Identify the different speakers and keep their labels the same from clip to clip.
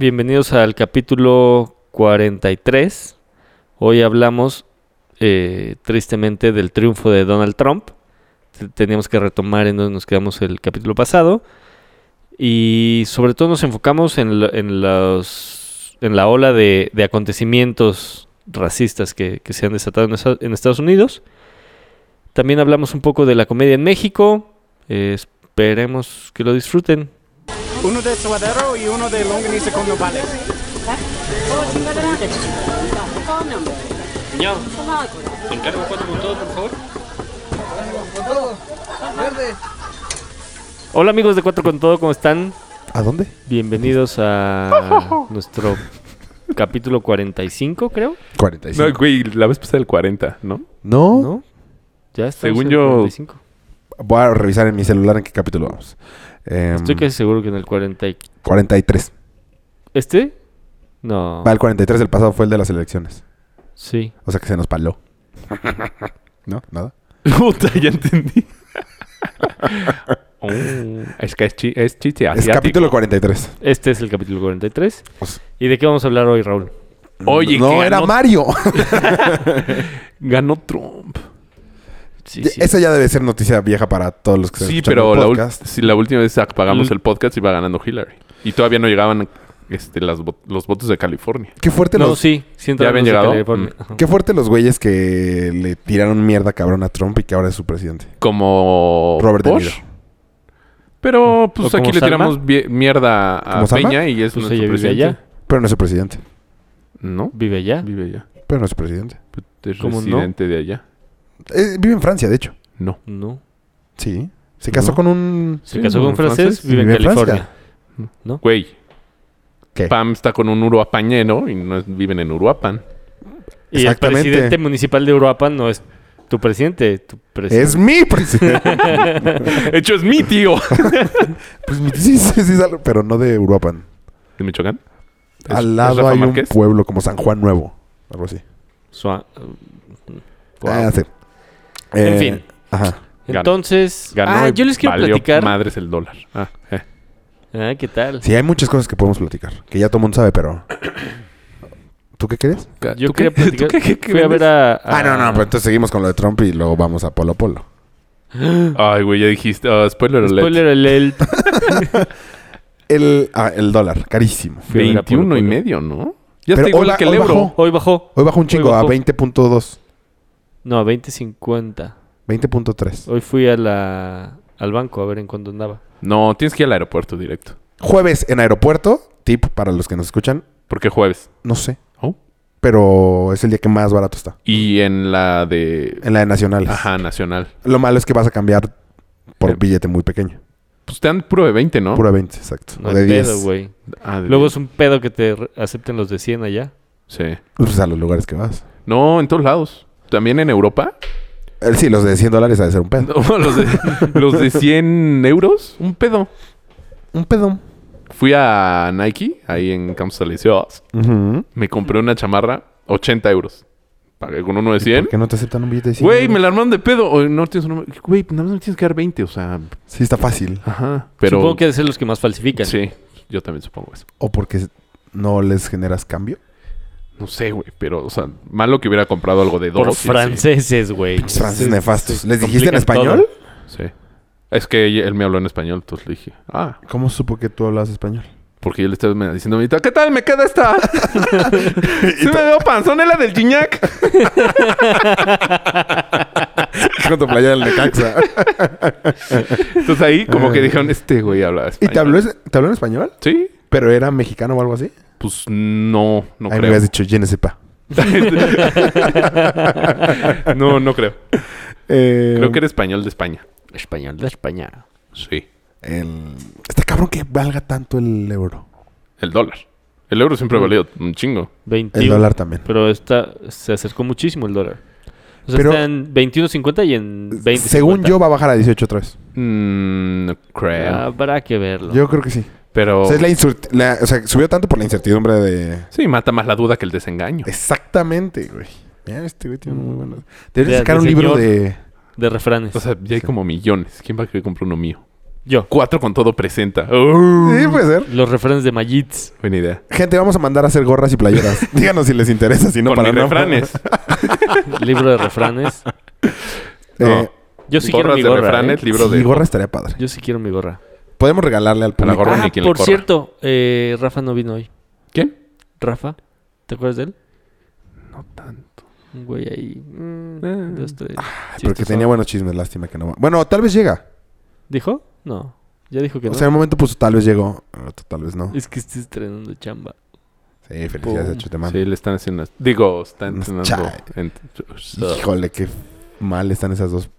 Speaker 1: Bienvenidos al capítulo 43. Hoy hablamos eh, tristemente del triunfo de Donald Trump. T- Teníamos que retomar en donde nos quedamos el capítulo pasado. Y sobre todo nos enfocamos en, lo- en los- en la ola de, de acontecimientos racistas que, que se han desatado en, esa- en Estados Unidos. También hablamos un poco de la comedia en México. Eh, esperemos que lo disfruten.
Speaker 2: Uno de suadero y uno de longaniza con nopales.
Speaker 3: Cuñado, te encargo cuatro con todo, por favor.
Speaker 1: Hola amigos de Cuatro con Todo, ¿cómo están?
Speaker 4: ¿A dónde?
Speaker 1: Bienvenidos a nuestro capítulo 45, creo.
Speaker 4: 45.
Speaker 5: No, güey, la vez pasada el 40, ¿no?
Speaker 4: No,
Speaker 1: ¿No? Ya está.
Speaker 5: Según yo-
Speaker 1: 45.
Speaker 4: voy a revisar en mi celular en qué capítulo vamos. Em,
Speaker 1: Estoy
Speaker 5: mm.
Speaker 1: casi seguro que en el 40. y-
Speaker 4: 43.
Speaker 1: ¿Este?
Speaker 5: Ah.
Speaker 1: No.
Speaker 4: Va, el 43 del pasado fue el de las elecciones.
Speaker 1: Sí.
Speaker 4: O sea que se nos paló. ¿No? ¿Nada?
Speaker 5: Puta, ya entendí.
Speaker 1: Oh.
Speaker 5: Es que es, chi- es chiste
Speaker 4: Es
Speaker 5: asiático.
Speaker 4: capítulo 43.
Speaker 1: Este es el capítulo 43.
Speaker 4: Pues,
Speaker 1: ¿Y de qué vamos a hablar hoy, Raúl?
Speaker 5: Oye,
Speaker 4: no,
Speaker 5: que
Speaker 4: era
Speaker 5: ganó,
Speaker 4: Mario.
Speaker 5: ganó Trump.
Speaker 1: Sí,
Speaker 4: Esa ya debe ser noticia vieja para todos los que están
Speaker 5: Sí,
Speaker 4: escuchando
Speaker 5: pero
Speaker 4: el
Speaker 5: la, ul-
Speaker 4: podcast.
Speaker 5: sí, la última vez apagamos
Speaker 1: L-
Speaker 5: el podcast iba ganando Hillary. Y todavía no llegaban este, las vo- los votos de California.
Speaker 4: Qué fuerte,
Speaker 1: No,
Speaker 4: los,
Speaker 1: sí. sí entraron
Speaker 5: habían
Speaker 1: los de
Speaker 5: llegado? Mm.
Speaker 1: California. Ajá.
Speaker 4: qué fuerte los güeyes que le tiraron mierda cabrón a Trump y que ahora es su presidente.
Speaker 5: Como
Speaker 4: Robert De
Speaker 5: Bush.
Speaker 4: Niro.
Speaker 5: Pero pues
Speaker 1: ¿O como
Speaker 5: aquí le
Speaker 1: Salma?
Speaker 5: tiramos vie- mierda a
Speaker 4: ¿Como Salma?
Speaker 5: Peña y es
Speaker 1: Pues
Speaker 5: nuestro
Speaker 1: ella vive
Speaker 5: presidente.
Speaker 1: allá.
Speaker 4: Pero no es su presidente.
Speaker 5: ¿No?
Speaker 1: ¿Vive allá?
Speaker 5: Vive allá.
Speaker 4: Pero no es su presidente.
Speaker 5: Pues, Es
Speaker 1: ¿Cómo no?
Speaker 5: residente de allá.
Speaker 4: Eh, vive en Francia, de hecho.
Speaker 5: No.
Speaker 1: No.
Speaker 4: Sí. Se casó
Speaker 5: No.
Speaker 4: con un...
Speaker 1: Se
Speaker 5: Sí,
Speaker 1: casó
Speaker 5: no,
Speaker 1: con un francés,
Speaker 5: francés,
Speaker 1: vive en
Speaker 4: vive en
Speaker 1: California. Mm,
Speaker 5: Güey,
Speaker 4: ¿Qué?
Speaker 5: Pam está con un uruapañero y no es- viven en Uruapan.
Speaker 1: Y el
Speaker 4: Exactamente.
Speaker 1: presidente municipal de Europa no es tu presidente. Tu presidente.
Speaker 4: Es mi presidente.
Speaker 5: De hecho, es mi tío.
Speaker 4: Pues mi- sí, sí, sí, sal- pero no de Uruapan.
Speaker 5: ¿De Michoacán? ¿Es-
Speaker 4: Al
Speaker 5: es
Speaker 4: lado
Speaker 5: Rafa
Speaker 4: hay
Speaker 5: Márquez?
Speaker 4: un pueblo como San Juan Nuevo. Algo así.
Speaker 1: Sua-
Speaker 4: Ah, sí.
Speaker 1: En
Speaker 4: Eh,
Speaker 1: fin.
Speaker 4: Ajá.
Speaker 5: Ganó.
Speaker 1: Entonces,
Speaker 5: Ganó
Speaker 1: ah,
Speaker 5: y
Speaker 1: yo les quiero
Speaker 5: valió
Speaker 1: platicar.
Speaker 5: madres el dólar. Ah, eh.
Speaker 1: Ah, ¿qué tal?
Speaker 4: Sí, hay muchas cosas que podemos platicar. Que ya todo el mundo sabe, pero... ¿Tú qué crees?
Speaker 1: Yo
Speaker 5: ¿Tú qué-
Speaker 1: quería platicar.
Speaker 5: ¿Tú qué- qué
Speaker 1: Fui a ver a, a-
Speaker 4: Ah, no, no. Pero entonces seguimos con lo de Trump y luego vamos a Polo Polo.
Speaker 5: vendes? Ay, güey, ya dijiste. ah, spoiler alert.
Speaker 1: Spoiler alert.
Speaker 4: El, ah, el dólar, carísimo.
Speaker 1: Fui a ver a
Speaker 5: 21 y
Speaker 1: Polo Polo.
Speaker 5: medio, ¿no? Ya
Speaker 4: Pero
Speaker 5: está igual
Speaker 4: hoy ba-
Speaker 5: que el
Speaker 4: hoy
Speaker 5: euro.
Speaker 4: bajó.
Speaker 1: Hoy bajó.
Speaker 4: Hoy bajó un chingo
Speaker 1: Hoy
Speaker 4: a
Speaker 1: bajó.
Speaker 4: 20.2.
Speaker 1: No, a 20.50.
Speaker 4: 20.3.
Speaker 1: Hoy fui a la, al banco a ver en cuánto andaba.
Speaker 5: No, tienes que ir al aeropuerto directo.
Speaker 4: Jueves en aeropuerto. Tip para los que nos escuchan.
Speaker 5: Porque jueves.
Speaker 4: No sé.
Speaker 5: Oh.
Speaker 4: Pero es el día que más barato está.
Speaker 5: Y en la de...
Speaker 4: En la de nacionales.
Speaker 5: Ajá, nacional.
Speaker 4: Lo malo es que vas a cambiar por
Speaker 5: Eh,
Speaker 4: billete muy pequeño.
Speaker 5: Pues te dan puro de 20, ¿no?
Speaker 4: Puro de 20, exacto.
Speaker 1: No
Speaker 4: o de
Speaker 1: hay
Speaker 4: 10.
Speaker 1: pedo, güey.
Speaker 5: Ah, de
Speaker 1: Luego es un pedo que te re- acepten los de 100 allá.
Speaker 5: Sí.
Speaker 4: Pues a los lugares que vas.
Speaker 5: No, en todos lados. También en Europa.
Speaker 4: Eh, sí, los de 100 dólares ha de ser un pedo.
Speaker 5: No, los, de, los de 100 euros. Un pedo.
Speaker 4: Un pedo.
Speaker 5: Fui a Nike, ahí en Campos Alicios.
Speaker 4: Ujú.
Speaker 5: Me compré una chamarra, 80 euros. Pagué con uno de 100.
Speaker 4: ¿Por qué no te aceptan un billete de 100?
Speaker 5: Güey, me la armaron de pedo. O, no tienes un número. Güey, nada más me tienes que dar 20, o sea.
Speaker 4: Sí, está fácil.
Speaker 5: Ajá. Pero.
Speaker 1: Supongo que deben ser los que más falsifican.
Speaker 5: Sí, yo también supongo eso.
Speaker 4: O porque no les generas cambio.
Speaker 5: No sé, güey, pero, o sea, malo que hubiera comprado algo de dos.
Speaker 1: Por
Speaker 5: y así.
Speaker 1: franceses, güey.
Speaker 4: Los franceses
Speaker 1: Sí,
Speaker 4: nefastos.
Speaker 1: sí,
Speaker 4: ¿Les dijiste en
Speaker 1: complican
Speaker 4: español?
Speaker 1: todo.
Speaker 5: Sí. Es que ella- él me habló en español, entonces le dije, ah,
Speaker 4: ¿Cómo supo que tú hablabas español?
Speaker 5: porque yo le estaba diciendo ahorita, ¿qué tal me queda esta? sí me veo panzón, es la del Gignac.
Speaker 4: Con tu playa del Necaxa.
Speaker 5: Entonces ahí como que dijeron, este güey habla
Speaker 4: Ah. ¿Y
Speaker 5: español.
Speaker 4: te habló, es- te habló en español?
Speaker 5: Sí.
Speaker 4: ¿Pero era mexicano o algo así?
Speaker 5: Pues no, no
Speaker 4: Ahí me
Speaker 5: creo.
Speaker 4: habías dicho, je ne sais pas".
Speaker 5: no, no creo.
Speaker 4: Eh,
Speaker 5: Creo que era español de España.
Speaker 1: Español de España.
Speaker 5: Sí.
Speaker 4: el- Está cabrón que valga tanto el euro.
Speaker 5: El dólar. El euro siempre ha valido un chingo.
Speaker 1: 21.
Speaker 4: El dólar también.
Speaker 1: Pero está, se acercó muchísimo el dólar. O sea,
Speaker 4: Pero-
Speaker 1: está en 21.50 y en 20.
Speaker 4: Según yo, va a bajar a 18 otra vez.
Speaker 5: Mm, no creo.
Speaker 1: Habrá que verlo.
Speaker 4: Yo creo que sí.
Speaker 5: Pero
Speaker 4: O sea, es la insur- la- o sea, subió tanto por la incertidumbre de...
Speaker 5: sí, mata más la duda que el desengaño.
Speaker 4: Exactamente, güey. Mira, este güey tiene
Speaker 5: Mm.
Speaker 4: muy buenos... Deberías
Speaker 1: De-
Speaker 4: sacar
Speaker 1: de
Speaker 4: un libro
Speaker 1: señor.
Speaker 4: de...
Speaker 1: De refranes.
Speaker 5: O sea, ya hay como millones. ¿Quién va a querer comprar uno mío?
Speaker 1: Yo.
Speaker 5: Cuatro con todo presenta. Uh,
Speaker 4: Sí, puede ser.
Speaker 1: Los refranes de Mayitz.
Speaker 5: Buena idea.
Speaker 4: Gente, vamos a mandar a hacer gorras y playeras. Díganos si les interesa, si no,
Speaker 5: con
Speaker 4: para
Speaker 5: mis
Speaker 4: no.
Speaker 5: refranes.
Speaker 1: Libro de refranes.
Speaker 4: Eh,
Speaker 1: Yo sí quiero
Speaker 5: Gorras
Speaker 1: mi
Speaker 5: de
Speaker 1: gorra.
Speaker 5: refranes,
Speaker 1: ¿eh?
Speaker 5: libro
Speaker 4: sí,
Speaker 5: de...
Speaker 4: gorra estaría padre.
Speaker 1: Yo sí quiero mi gorra.
Speaker 4: Podemos regalarle al
Speaker 5: A la
Speaker 4: público.
Speaker 5: gorra
Speaker 1: Ah,
Speaker 5: ni quien le
Speaker 1: por
Speaker 5: corra.
Speaker 1: cierto, eh, Rafa no vino hoy.
Speaker 5: ¿Quién?
Speaker 1: Rafa, ¿te acuerdas de él?
Speaker 5: No tanto.
Speaker 1: Un güey ahí. mm,
Speaker 5: Eh.
Speaker 1: dos, tres,
Speaker 4: Porque
Speaker 1: chistoso.
Speaker 4: Ah, tenía buenos chismes, lástima que no va. Bueno, tal vez llega.
Speaker 1: ¿Dijo? No. Ya dijo que
Speaker 4: O
Speaker 1: no.
Speaker 4: sea, en un momento puso tal vez llegó, en otro tal vez no.
Speaker 1: es que estoy estrenando chamba.
Speaker 4: Sí, felicidades a
Speaker 1: Pum.
Speaker 4: Chutemán.
Speaker 5: Sí, le están haciendo... unas- Digo, están
Speaker 4: Unas
Speaker 5: entrenando...
Speaker 4: chai.
Speaker 5: en-
Speaker 4: Híjole, qué mal están esas dos.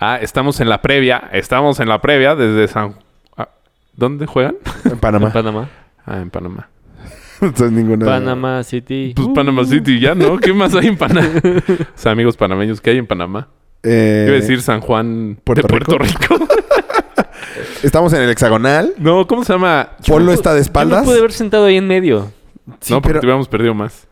Speaker 5: Ah, estamos en la previa. Estamos en la previa desde San... ah, ¿Dónde juegan?
Speaker 4: En Panamá.
Speaker 1: En Panamá.
Speaker 5: Ah, en Panamá.
Speaker 4: Entonces ninguna.
Speaker 1: Panamá City. Uh,
Speaker 5: Pues Panamá City ya, ¿no? ¿Qué más hay en Panamá? o sea, amigos panameños, ¿qué hay en Panamá?
Speaker 4: Eh,
Speaker 5: Iba a decir San Juan
Speaker 4: ¿Puerto
Speaker 5: de Puerto Rico.
Speaker 4: Estamos en el hexagonal.
Speaker 5: no, ¿cómo se llama?
Speaker 4: Polo
Speaker 1: me-
Speaker 4: está de
Speaker 1: Yo me
Speaker 4: espaldas.
Speaker 1: pude haber sentado ahí en medio.
Speaker 4: Sí,
Speaker 5: no, porque
Speaker 4: pero-
Speaker 5: te hubiéramos perdido más.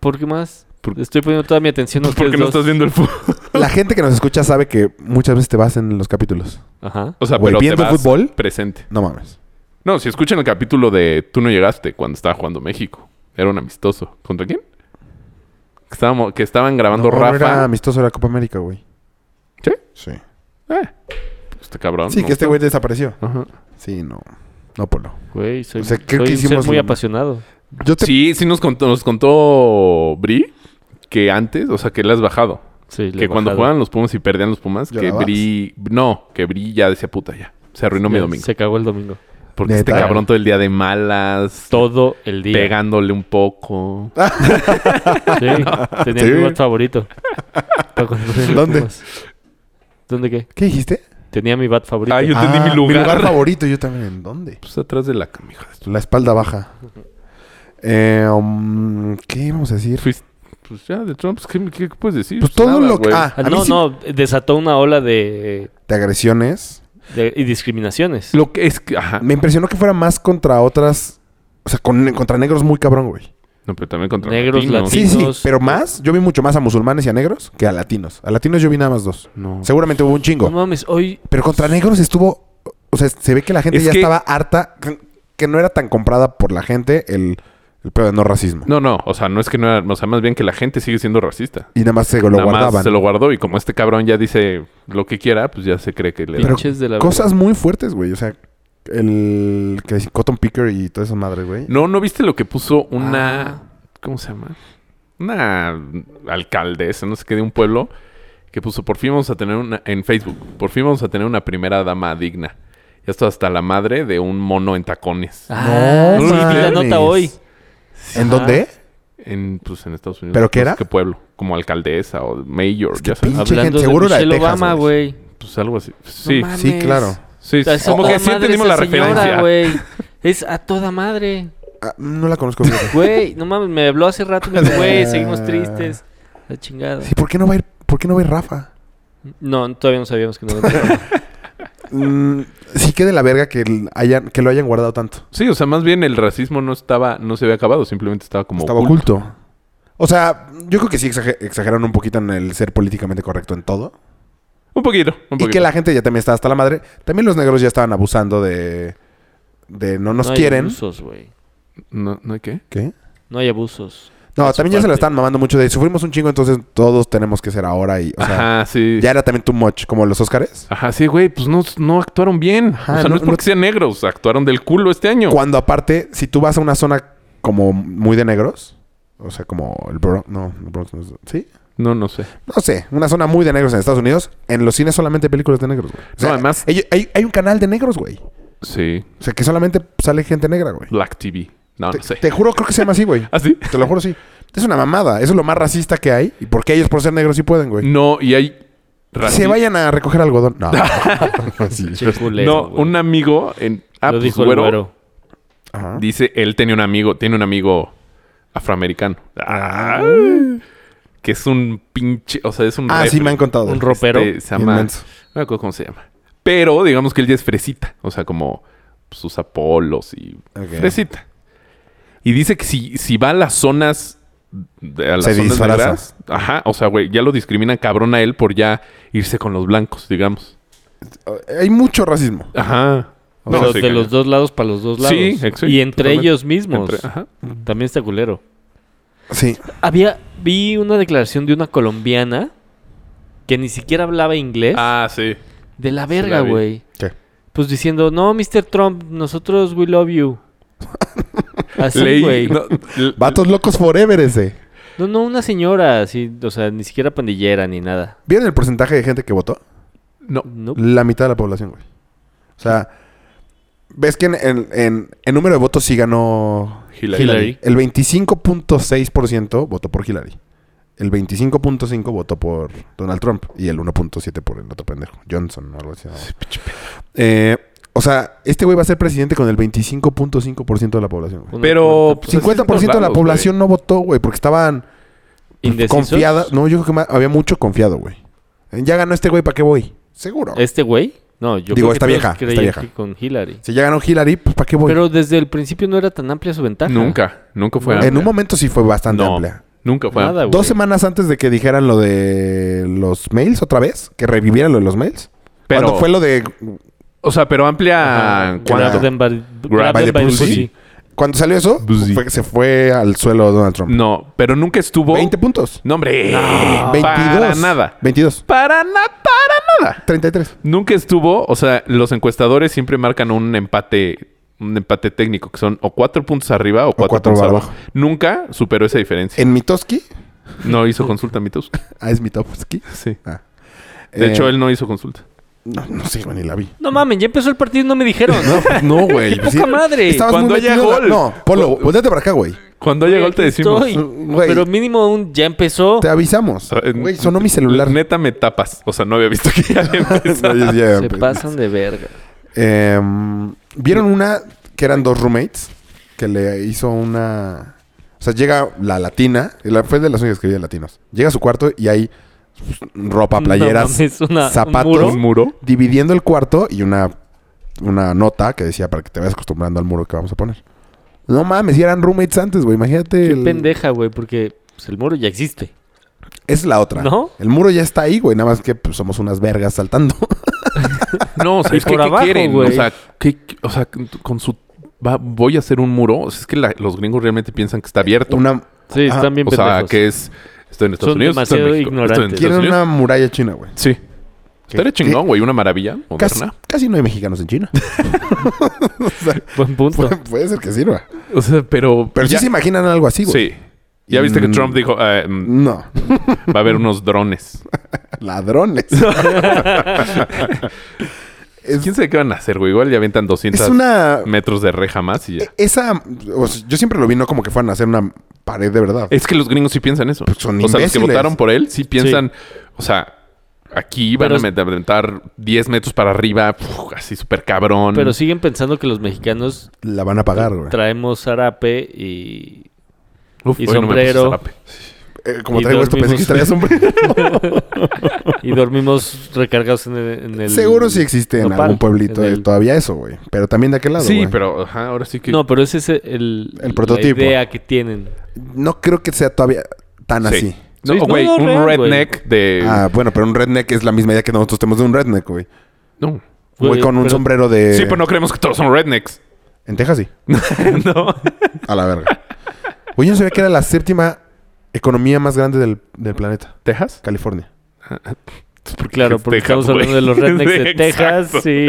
Speaker 1: ¿Por qué más?
Speaker 5: Por-
Speaker 1: Estoy poniendo toda mi atención a
Speaker 5: Pues porque
Speaker 1: ustedes
Speaker 5: no
Speaker 1: dos.
Speaker 5: estás viendo el fútbol.
Speaker 4: La gente que nos escucha sabe que muchas veces te vas en los capítulos.
Speaker 1: Ajá.
Speaker 5: O sea,
Speaker 4: Güey,
Speaker 5: pero te
Speaker 4: viendo
Speaker 5: vas
Speaker 4: fútbol.
Speaker 5: presente.
Speaker 4: No mames.
Speaker 5: No, si escuchan el capítulo de Tú no llegaste cuando estaba jugando México. Era un amistoso. ¿Contra quién? Que Estábamos, que estaban grabando
Speaker 4: No, no
Speaker 5: Rafa.
Speaker 4: era amistoso de la Copa América, güey.
Speaker 5: ¿Sí?
Speaker 4: Sí.
Speaker 5: Eh, pues, está cabrón.
Speaker 4: Sí,
Speaker 5: ¿no?
Speaker 4: que este güey desapareció.
Speaker 5: Ajá.
Speaker 4: Sí, no. No, Polo.
Speaker 1: Güey, soy,
Speaker 4: O sea, creo
Speaker 1: soy
Speaker 4: que
Speaker 1: un ser
Speaker 4: hicimos
Speaker 1: muy
Speaker 4: lo-
Speaker 1: apasionado.
Speaker 4: Yo te
Speaker 5: Sí, sí nos contó, nos contó Bri que antes, o sea, que le has bajado.
Speaker 1: Sí, le
Speaker 5: que
Speaker 1: he
Speaker 5: cuando
Speaker 1: bajado.
Speaker 5: jugaban los Pumas y perdían los Pumas, que
Speaker 4: ¿Llorabas?
Speaker 5: Bri... No, que Bri ya decía puta ya. Se arruinó mi
Speaker 1: Ya,
Speaker 5: domingo.
Speaker 1: Se cagó el domingo.
Speaker 5: Porque
Speaker 4: ¿Neta?
Speaker 5: este cabrón todo el día de malas,
Speaker 1: Todo el día.
Speaker 5: pegándole un poco.
Speaker 1: Sí, tenía
Speaker 4: Sí.
Speaker 1: mi bot favorito. Pa' cuando tenía los
Speaker 4: ¿Dónde?
Speaker 1: Pumas. ¿Dónde qué?
Speaker 4: ¿Qué dijiste?
Speaker 1: Tenía mi bat favorito.
Speaker 5: Ah, yo entendí mi lugar.
Speaker 4: Mi lugar favorito, yo también. ¿En dónde?
Speaker 5: Pues atrás de la cama, hija de su-
Speaker 4: La espalda baja. Eh, um, ¿Qué íbamos a decir?
Speaker 5: Pues, pues ya, de Trump, pues, ¿qué, qué puedes decir?
Speaker 4: Pues todo lo que.
Speaker 5: güey.
Speaker 4: Ah,
Speaker 1: Ah,
Speaker 4: a mí
Speaker 1: no,
Speaker 4: sí-
Speaker 1: no, desató una ola de,
Speaker 4: De agresiones.
Speaker 1: de- y discriminaciones.
Speaker 5: Lo que es que... Ajá.
Speaker 4: Me impresionó que fuera más contra otras. O sea, con- contra negros muy cabrón, güey.
Speaker 5: No, pero también contra
Speaker 1: Negros,
Speaker 5: latinos.
Speaker 1: latinos.
Speaker 4: Sí, sí,
Speaker 1: Latinos.
Speaker 4: pero más. Yo vi mucho más a musulmanes y a negros que a latinos. A latinos yo vi nada más dos.
Speaker 5: No.
Speaker 4: Seguramente hubo un
Speaker 1: No
Speaker 4: chingo.
Speaker 1: mames, hoy
Speaker 4: Pero contra negros estuvo. O sea, se ve que la gente
Speaker 5: Es
Speaker 4: ya
Speaker 5: que-
Speaker 4: estaba harta. que- Que no era tan comprada por la gente el, el pedo de no racismo.
Speaker 5: No, no, o sea, no es que no era... O sea, más bien que la gente sigue siendo racista.
Speaker 4: Y nada más se lo
Speaker 5: Nada más
Speaker 4: guardaban.
Speaker 5: se lo guardó y como este cabrón ya dice lo que quiera, pues ya se cree que le...
Speaker 1: Pero-
Speaker 5: da.
Speaker 1: Pinches de la
Speaker 4: cosas muy fuertes, güey. O sea, el que es Cotton Picker y toda esa madre, güey.
Speaker 5: No, ¿no viste lo que puso una...
Speaker 1: Ah.
Speaker 5: ¿Cómo se llama? Una alcaldesa, no sé qué, de un pueblo que puso, por fin vamos a tener una... En Facebook, por fin vamos a tener una primera dama digna. Y esto hasta la madre de un mono en tacones.
Speaker 1: Ah,
Speaker 4: No
Speaker 1: sí, vi la
Speaker 4: mames.
Speaker 1: nota hoy.
Speaker 4: ¿En
Speaker 1: Ajá.
Speaker 4: dónde?
Speaker 5: En, pues, en Estados Unidos.
Speaker 4: ¿Pero qué
Speaker 5: No sé
Speaker 4: era?
Speaker 5: ¿Qué pueblo? Como alcaldesa o mayor,
Speaker 4: que
Speaker 5: ya sabes.
Speaker 4: pinche
Speaker 1: Hablando
Speaker 4: gente, seguro
Speaker 1: de
Speaker 4: era de
Speaker 1: Michelle
Speaker 4: Texas,
Speaker 1: Obama,
Speaker 4: güey.
Speaker 1: güey.
Speaker 5: Pues algo así. Sí,
Speaker 1: mames.
Speaker 4: Sí, claro.
Speaker 5: sí,
Speaker 1: Está-
Speaker 5: sí.
Speaker 1: es a
Speaker 5: Como
Speaker 1: toda
Speaker 5: que sí
Speaker 1: madre
Speaker 5: entendimos la
Speaker 1: esa señora,
Speaker 5: referencia.
Speaker 1: güey. Es a toda madre.
Speaker 4: Ah, no la conozco. fíjate.
Speaker 1: Güey, no mames, me habló hace rato y me dijo, güey, seguimos tristes. La chingada.
Speaker 4: sí, ¿por qué no va a ir, por qué no va a ir Rafa?
Speaker 1: No, todavía no sabíamos que no venía.
Speaker 4: Mm, sí que de la verga que, el- hayan, que lo hayan guardado tanto.
Speaker 5: Sí, o sea, más bien el racismo no estaba, no se había acabado, simplemente estaba como
Speaker 4: Estaba
Speaker 5: oculto.
Speaker 4: oculto. O sea, yo creo que sí exager- exageraron un poquito en el ser políticamente correcto en todo.
Speaker 5: Un poquito, un poquito.
Speaker 4: Y que la gente ya también estaba hasta la madre. También los negros ya estaban abusando de... De no nos
Speaker 1: no hay
Speaker 4: quieren.
Speaker 1: abusos, güey.
Speaker 5: No, ¿no hay qué?
Speaker 4: ¿Qué?
Speaker 1: No hay abusos.
Speaker 4: No,
Speaker 1: de su
Speaker 4: también ya se la
Speaker 1: parte.
Speaker 4: están mamando mucho de sufrimos un chingo, entonces todos tenemos que ser ahora y, o sea,
Speaker 5: Ajá, sí.
Speaker 4: ya era también too much, como los Óscares.
Speaker 5: Ajá, sí, güey, pues no, no actuaron bien.
Speaker 4: Ajá,
Speaker 5: o sea, no,
Speaker 4: no-
Speaker 5: es porque
Speaker 4: no-
Speaker 5: sean negros, actuaron del culo este año.
Speaker 4: Cuando aparte, si tú vas a una zona como muy de negros, o sea, como el Bronx, no, el Bronx no es- ¿sí?
Speaker 5: No, no sé.
Speaker 4: No sé, una zona muy de negros en Estados Unidos, en los cines solamente hay películas de negros, güey. O sea,
Speaker 5: No, además-
Speaker 4: ello- hay, hay un canal de negros, güey.
Speaker 5: Sí,
Speaker 4: O sea, que solamente sale gente negra, güey.
Speaker 5: Black TV. No,
Speaker 4: Te,
Speaker 5: no sé.
Speaker 4: te juro, creo que se llama así, güey.
Speaker 5: ¿Ah, sí?
Speaker 4: Te lo juro, sí. Es una mamada. Eso es lo más racista que hay. ¿Y por qué ellos por ser negros sí pueden, güey?
Speaker 5: No, y hay...
Speaker 4: Se
Speaker 5: raci-
Speaker 4: vayan a recoger algodón. No. Sí.
Speaker 1: Che culero,
Speaker 5: No,
Speaker 1: güey.
Speaker 5: un amigo en... Ah,
Speaker 1: Lo
Speaker 5: pues,
Speaker 1: dijo
Speaker 5: güero,
Speaker 1: el güero.
Speaker 4: Ajá.
Speaker 5: Dice, él tenía un amigo, tiene un amigo afroamericano. Ah, que es un pinche, o sea, es un...
Speaker 4: Ah, sí,
Speaker 5: refre-
Speaker 4: me han contado.
Speaker 1: Un ropero.
Speaker 5: Este, se llama...
Speaker 4: Inmenso.
Speaker 5: No me acuerdo cómo se llama. Pero digamos que él ya es fresita. O sea, como pues, usa polos y
Speaker 4: Ok.
Speaker 5: fresita. Y dice que si, si va a las zonas... de- a las
Speaker 4: Se
Speaker 5: zonas
Speaker 4: disfraza.
Speaker 5: negras, ajá, o sea, güey, ya lo discriminan cabrón a él por ya irse con los blancos, digamos.
Speaker 4: Oh, Hay mucho racismo.
Speaker 5: Ajá.
Speaker 1: Pero
Speaker 5: No,
Speaker 1: de
Speaker 5: sí, cañón.
Speaker 1: los dos lados para los dos lados.
Speaker 5: Sí, exacto.
Speaker 1: Y entre
Speaker 5: Totalmente.
Speaker 1: ellos mismos.
Speaker 5: Entre- ajá.
Speaker 1: También está culero.
Speaker 4: Sí.
Speaker 1: Había, vi una declaración de una colombiana que ni siquiera hablaba inglés.
Speaker 5: Ah, sí.
Speaker 1: de la
Speaker 5: la
Speaker 1: verga,
Speaker 5: vi.
Speaker 1: güey.
Speaker 4: ¿Qué?
Speaker 1: Pues diciendo, no, Mr. Trump, nosotros we love you. Así,
Speaker 5: Leí-
Speaker 1: güey. No.
Speaker 5: no, l-
Speaker 4: Vatos locos forever ese.
Speaker 1: no, una señora, así, o sea, ni siquiera pandillera ni nada.
Speaker 4: ¿Vieron el porcentaje de gente que votó?
Speaker 5: no.
Speaker 1: No.
Speaker 4: La mitad de la población, güey. O sea, ves que en, en- en- en número de votos sí ganó
Speaker 5: Hillary.
Speaker 1: Hillary.
Speaker 4: El 25.6% votó por Hillary. El 25.5% votó por Donald Trump. Y el 1.7% por el otro pendejo. Johnson o algo así. ¿no? Eh, o sea, este güey va a ser presidente con el 25.5% de la población. güey.
Speaker 1: Una cuarta.
Speaker 5: Pero... pues, así es en
Speaker 4: 50%
Speaker 5: todos
Speaker 4: de la
Speaker 5: lados,
Speaker 4: población no votó, güey, porque estaban
Speaker 5: pues,
Speaker 1: ¿Indecisos?
Speaker 4: confiadas. No, yo creo que ma- había mucho confiado, güey. Eh, Ya ganó este güey, ¿para qué voy? Seguro.
Speaker 1: ¿Este güey? No, yo
Speaker 4: Digo,
Speaker 1: creo que
Speaker 4: esta
Speaker 1: todos
Speaker 4: vieja, esta
Speaker 1: creían
Speaker 4: vieja.
Speaker 1: que con Hillary.
Speaker 4: Si ya ganó Hillary, pues ¿para qué voy?
Speaker 1: Pero desde el principio no era tan amplia su ventaja.
Speaker 5: güey. Nunca. Nunca fue
Speaker 4: en
Speaker 5: amplia.
Speaker 4: un momento sí fue bastante
Speaker 5: No,
Speaker 4: amplia.
Speaker 5: Nunca fue
Speaker 1: Nada,
Speaker 5: amplia.
Speaker 1: güey.
Speaker 4: Dos semanas antes de que dijeran lo de los mails otra vez, que revivieran lo de los mails.
Speaker 5: Pero-
Speaker 4: Cuando fue lo de.
Speaker 5: O sea, pero amplia...
Speaker 1: Ajá.
Speaker 5: ¿cuánto?
Speaker 1: Grab them by, grab
Speaker 5: by
Speaker 1: them
Speaker 5: the
Speaker 1: by the
Speaker 5: pussy.
Speaker 1: pussy.
Speaker 4: Cuando salió eso,
Speaker 5: Pues sí.
Speaker 4: fue que se fue al suelo Donald Trump.
Speaker 5: No, pero nunca estuvo...
Speaker 4: 20 puntos.
Speaker 5: No, hombre.
Speaker 4: 22.
Speaker 5: Para nada.
Speaker 4: 22.
Speaker 5: Para nada, para nada.
Speaker 4: 33.
Speaker 5: Nunca estuvo, o sea, los encuestadores siempre marcan un empate, un empate técnico, que son o cuatro puntos arriba o cuatro,
Speaker 4: cuatro
Speaker 5: puntos
Speaker 4: abajo. Eh,
Speaker 5: abajo. Nunca superó esa diferencia.
Speaker 4: En Mitoski.
Speaker 5: No hizo consulta, mitos.
Speaker 4: Ah, es Mitofsky.
Speaker 5: Sí.
Speaker 4: Ah.
Speaker 5: De
Speaker 4: Eh,
Speaker 5: hecho, él no hizo consulta.
Speaker 4: No, no sé, güey, ni la vi.
Speaker 1: No mames, ya empezó el partido y no me dijeron.
Speaker 4: No, güey.
Speaker 1: ¡Qué poca madre!
Speaker 4: Estabas
Speaker 5: Cuando
Speaker 4: muy
Speaker 5: haya
Speaker 4: metido en la-
Speaker 5: gol.
Speaker 4: No, Polo, volteate para acá, güey.
Speaker 5: Cuando llegó el te
Speaker 1: Aquí
Speaker 5: decimos.
Speaker 1: estoy.
Speaker 4: Güey.
Speaker 1: Pero mínimo un ya empezó.
Speaker 4: Te avisamos.
Speaker 5: O sea, Ah, en-
Speaker 4: Güey, sonó mi celular.
Speaker 5: Neta me tapas. O sea, no había visto que ya había
Speaker 4: No,
Speaker 5: empezado.
Speaker 4: ya- ya-
Speaker 1: Se pasan de verga.
Speaker 4: Em, ¿Vieron una que eran dos roommates? Que le hizo una... O sea, llega la latina. la- fue de las únicas que vi de latinos. Llega a su cuarto y hay pues, ropa,
Speaker 1: No
Speaker 4: playeras,
Speaker 1: mames, una- un
Speaker 4: zapatos.
Speaker 1: muro.
Speaker 5: Un muro.
Speaker 4: Dividiendo el cuarto y una, una nota que decía para que te vayas acostumbrando al muro que vamos a poner. No mames, si eran roommates antes, güey. Imagínate.
Speaker 1: Qué
Speaker 4: el-
Speaker 1: pendeja, güey, porque pues, el muro ya existe.
Speaker 4: Es la otra.
Speaker 1: ¿No?
Speaker 4: El muro ya está ahí, güey. Nada más que pues, somos unas vergas saltando.
Speaker 5: No, o sea,
Speaker 1: Y
Speaker 5: es que
Speaker 1: por
Speaker 5: ¿qué
Speaker 1: abajo,
Speaker 5: quieren?
Speaker 1: güey.
Speaker 5: O sea, ¿qué- qué- o sea, con su... va- voy a hacer un muro. O sea, es que la- los gringos realmente piensan que está abierto.
Speaker 4: Una...
Speaker 1: Sí,
Speaker 4: Ajá,
Speaker 1: están bien
Speaker 5: o sea,
Speaker 1: pendejos.
Speaker 5: que es... Estoy en Estados
Speaker 1: Son
Speaker 5: Unidos, estoy en
Speaker 1: demasiado
Speaker 5: México, estoy en
Speaker 1: ignorantes.
Speaker 5: Estados
Speaker 4: Quieren
Speaker 5: Unidos.
Speaker 4: una muralla china, güey.
Speaker 5: Sí. Estaría
Speaker 4: ¿Qué?
Speaker 5: chingón, güey. Una maravilla
Speaker 4: Casi,
Speaker 5: moderna.
Speaker 4: casi no hay mexicanos en China. O sea,
Speaker 1: Buen punto.
Speaker 4: Pu- puede ser que sirva.
Speaker 5: O sea, pero...
Speaker 4: Pero sí
Speaker 5: ya-
Speaker 4: se imaginan algo así, güey.
Speaker 5: Sí. Ya viste que
Speaker 4: Mm.
Speaker 5: Trump dijo... eh, mm,
Speaker 4: No.
Speaker 5: va a haber unos drones.
Speaker 4: Ladrones. es,
Speaker 5: ¿Quién sabe qué van a hacer, güey? Igual ya aventan 200
Speaker 4: es una...
Speaker 5: metros de reja más y ya.
Speaker 4: e- Esa... o sea, yo siempre lo vi no como que fueran a hacer una pared de verdad.
Speaker 5: Es que los gringos sí piensan eso.
Speaker 4: Pues son
Speaker 5: o sea, los que
Speaker 4: imbéciles.
Speaker 5: votaron por él sí piensan... O sea, aquí van
Speaker 1: Pero
Speaker 5: a
Speaker 1: es-
Speaker 5: met- aventar 10 metros para arriba. puf, así súper cabrón.
Speaker 1: Pero siguen pensando que los mexicanos
Speaker 4: La van a pagar, güey.
Speaker 1: traemos zarape y.
Speaker 5: Uf,
Speaker 1: y
Speaker 5: hoy no me puse
Speaker 1: sombrero.
Speaker 5: zarape.
Speaker 4: Eh, como
Speaker 1: y
Speaker 4: traigo esto, pensé que
Speaker 1: dormimos.
Speaker 4: traía sombrero.
Speaker 1: y dormimos recargados en el. en el
Speaker 4: Seguro sí existe en
Speaker 1: nopal,
Speaker 4: algún pueblito
Speaker 1: en
Speaker 4: eh,
Speaker 1: el-
Speaker 4: todavía eso, güey. Pero también de aquel lado,
Speaker 5: sí,
Speaker 4: güey.
Speaker 5: pero ajá, ahora sí que...
Speaker 1: No, pero ese es el,
Speaker 4: El prototipo.
Speaker 1: La idea que tienen.
Speaker 4: No creo que sea todavía tan
Speaker 5: Sí. eh,
Speaker 4: así.
Speaker 5: No,
Speaker 1: Sí, no,
Speaker 5: güey,
Speaker 1: no,
Speaker 5: un
Speaker 1: real, güey.
Speaker 5: redneck de...
Speaker 4: Ah, bueno, pero un redneck es la misma idea que nosotros tenemos de un redneck, güey.
Speaker 5: No.
Speaker 4: Un Güey
Speaker 1: Güey,
Speaker 4: con un
Speaker 1: pero-
Speaker 4: sombrero de...
Speaker 5: Sí, pero no creemos que todos son rednecks.
Speaker 4: En Texas sí.
Speaker 5: no.
Speaker 4: A la verga. Oye, yo no sabía que era la séptima economía más grande del, del planeta.
Speaker 5: ¿Texas?
Speaker 4: California.
Speaker 1: Claro, porque estamos hablando de los rednecks de Texas. Sí.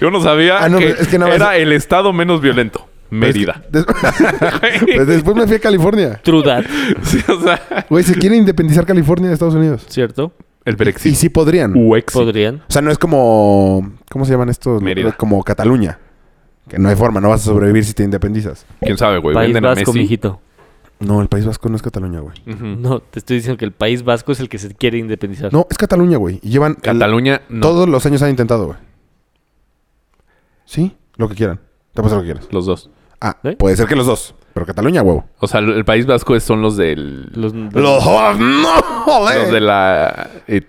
Speaker 5: Yo no sabía
Speaker 4: Ah, no,
Speaker 5: que,
Speaker 4: pero es que nada más-
Speaker 5: era el estado menos violento. Mérida.
Speaker 4: Des- Pues después me fui a California.
Speaker 1: True that,
Speaker 5: Sí, o sea,
Speaker 4: Güey, se quiere independizar California de Estados Unidos.
Speaker 1: ¿cierto?
Speaker 5: el
Speaker 4: Y
Speaker 5: Brexit.
Speaker 4: sí podrían.
Speaker 5: UX.
Speaker 1: Podrían.
Speaker 4: O sea, no es como... ¿Cómo se llaman estos?
Speaker 5: Mérida.
Speaker 4: Como Cataluña. Que no hay forma. No vas a sobrevivir si te independizas.
Speaker 5: ¿Quién sabe, güey?
Speaker 1: País
Speaker 5: Venden a
Speaker 1: Vasco,
Speaker 5: Messi.
Speaker 1: mijito.
Speaker 4: No, el País Vasco no es Cataluña, güey.
Speaker 5: Ujú.
Speaker 1: No, te estoy diciendo que el País Vasco es el que se quiere independizar.
Speaker 4: No, es Cataluña, güey. Y llevan... el-
Speaker 5: Cataluña, no.
Speaker 4: Todos los años han intentado, güey. ¿Sí? Lo que quieran. Te pasa lo que quieras.
Speaker 5: Los dos.
Speaker 4: Ah,
Speaker 1: ¿Eh?
Speaker 4: puede ser que los dos. Pero Cataluña, huevo.
Speaker 5: O sea, el País Vasco es- son los del...
Speaker 1: Los,
Speaker 4: Los... ¡No! ¡Joder!
Speaker 5: Los de la... eh,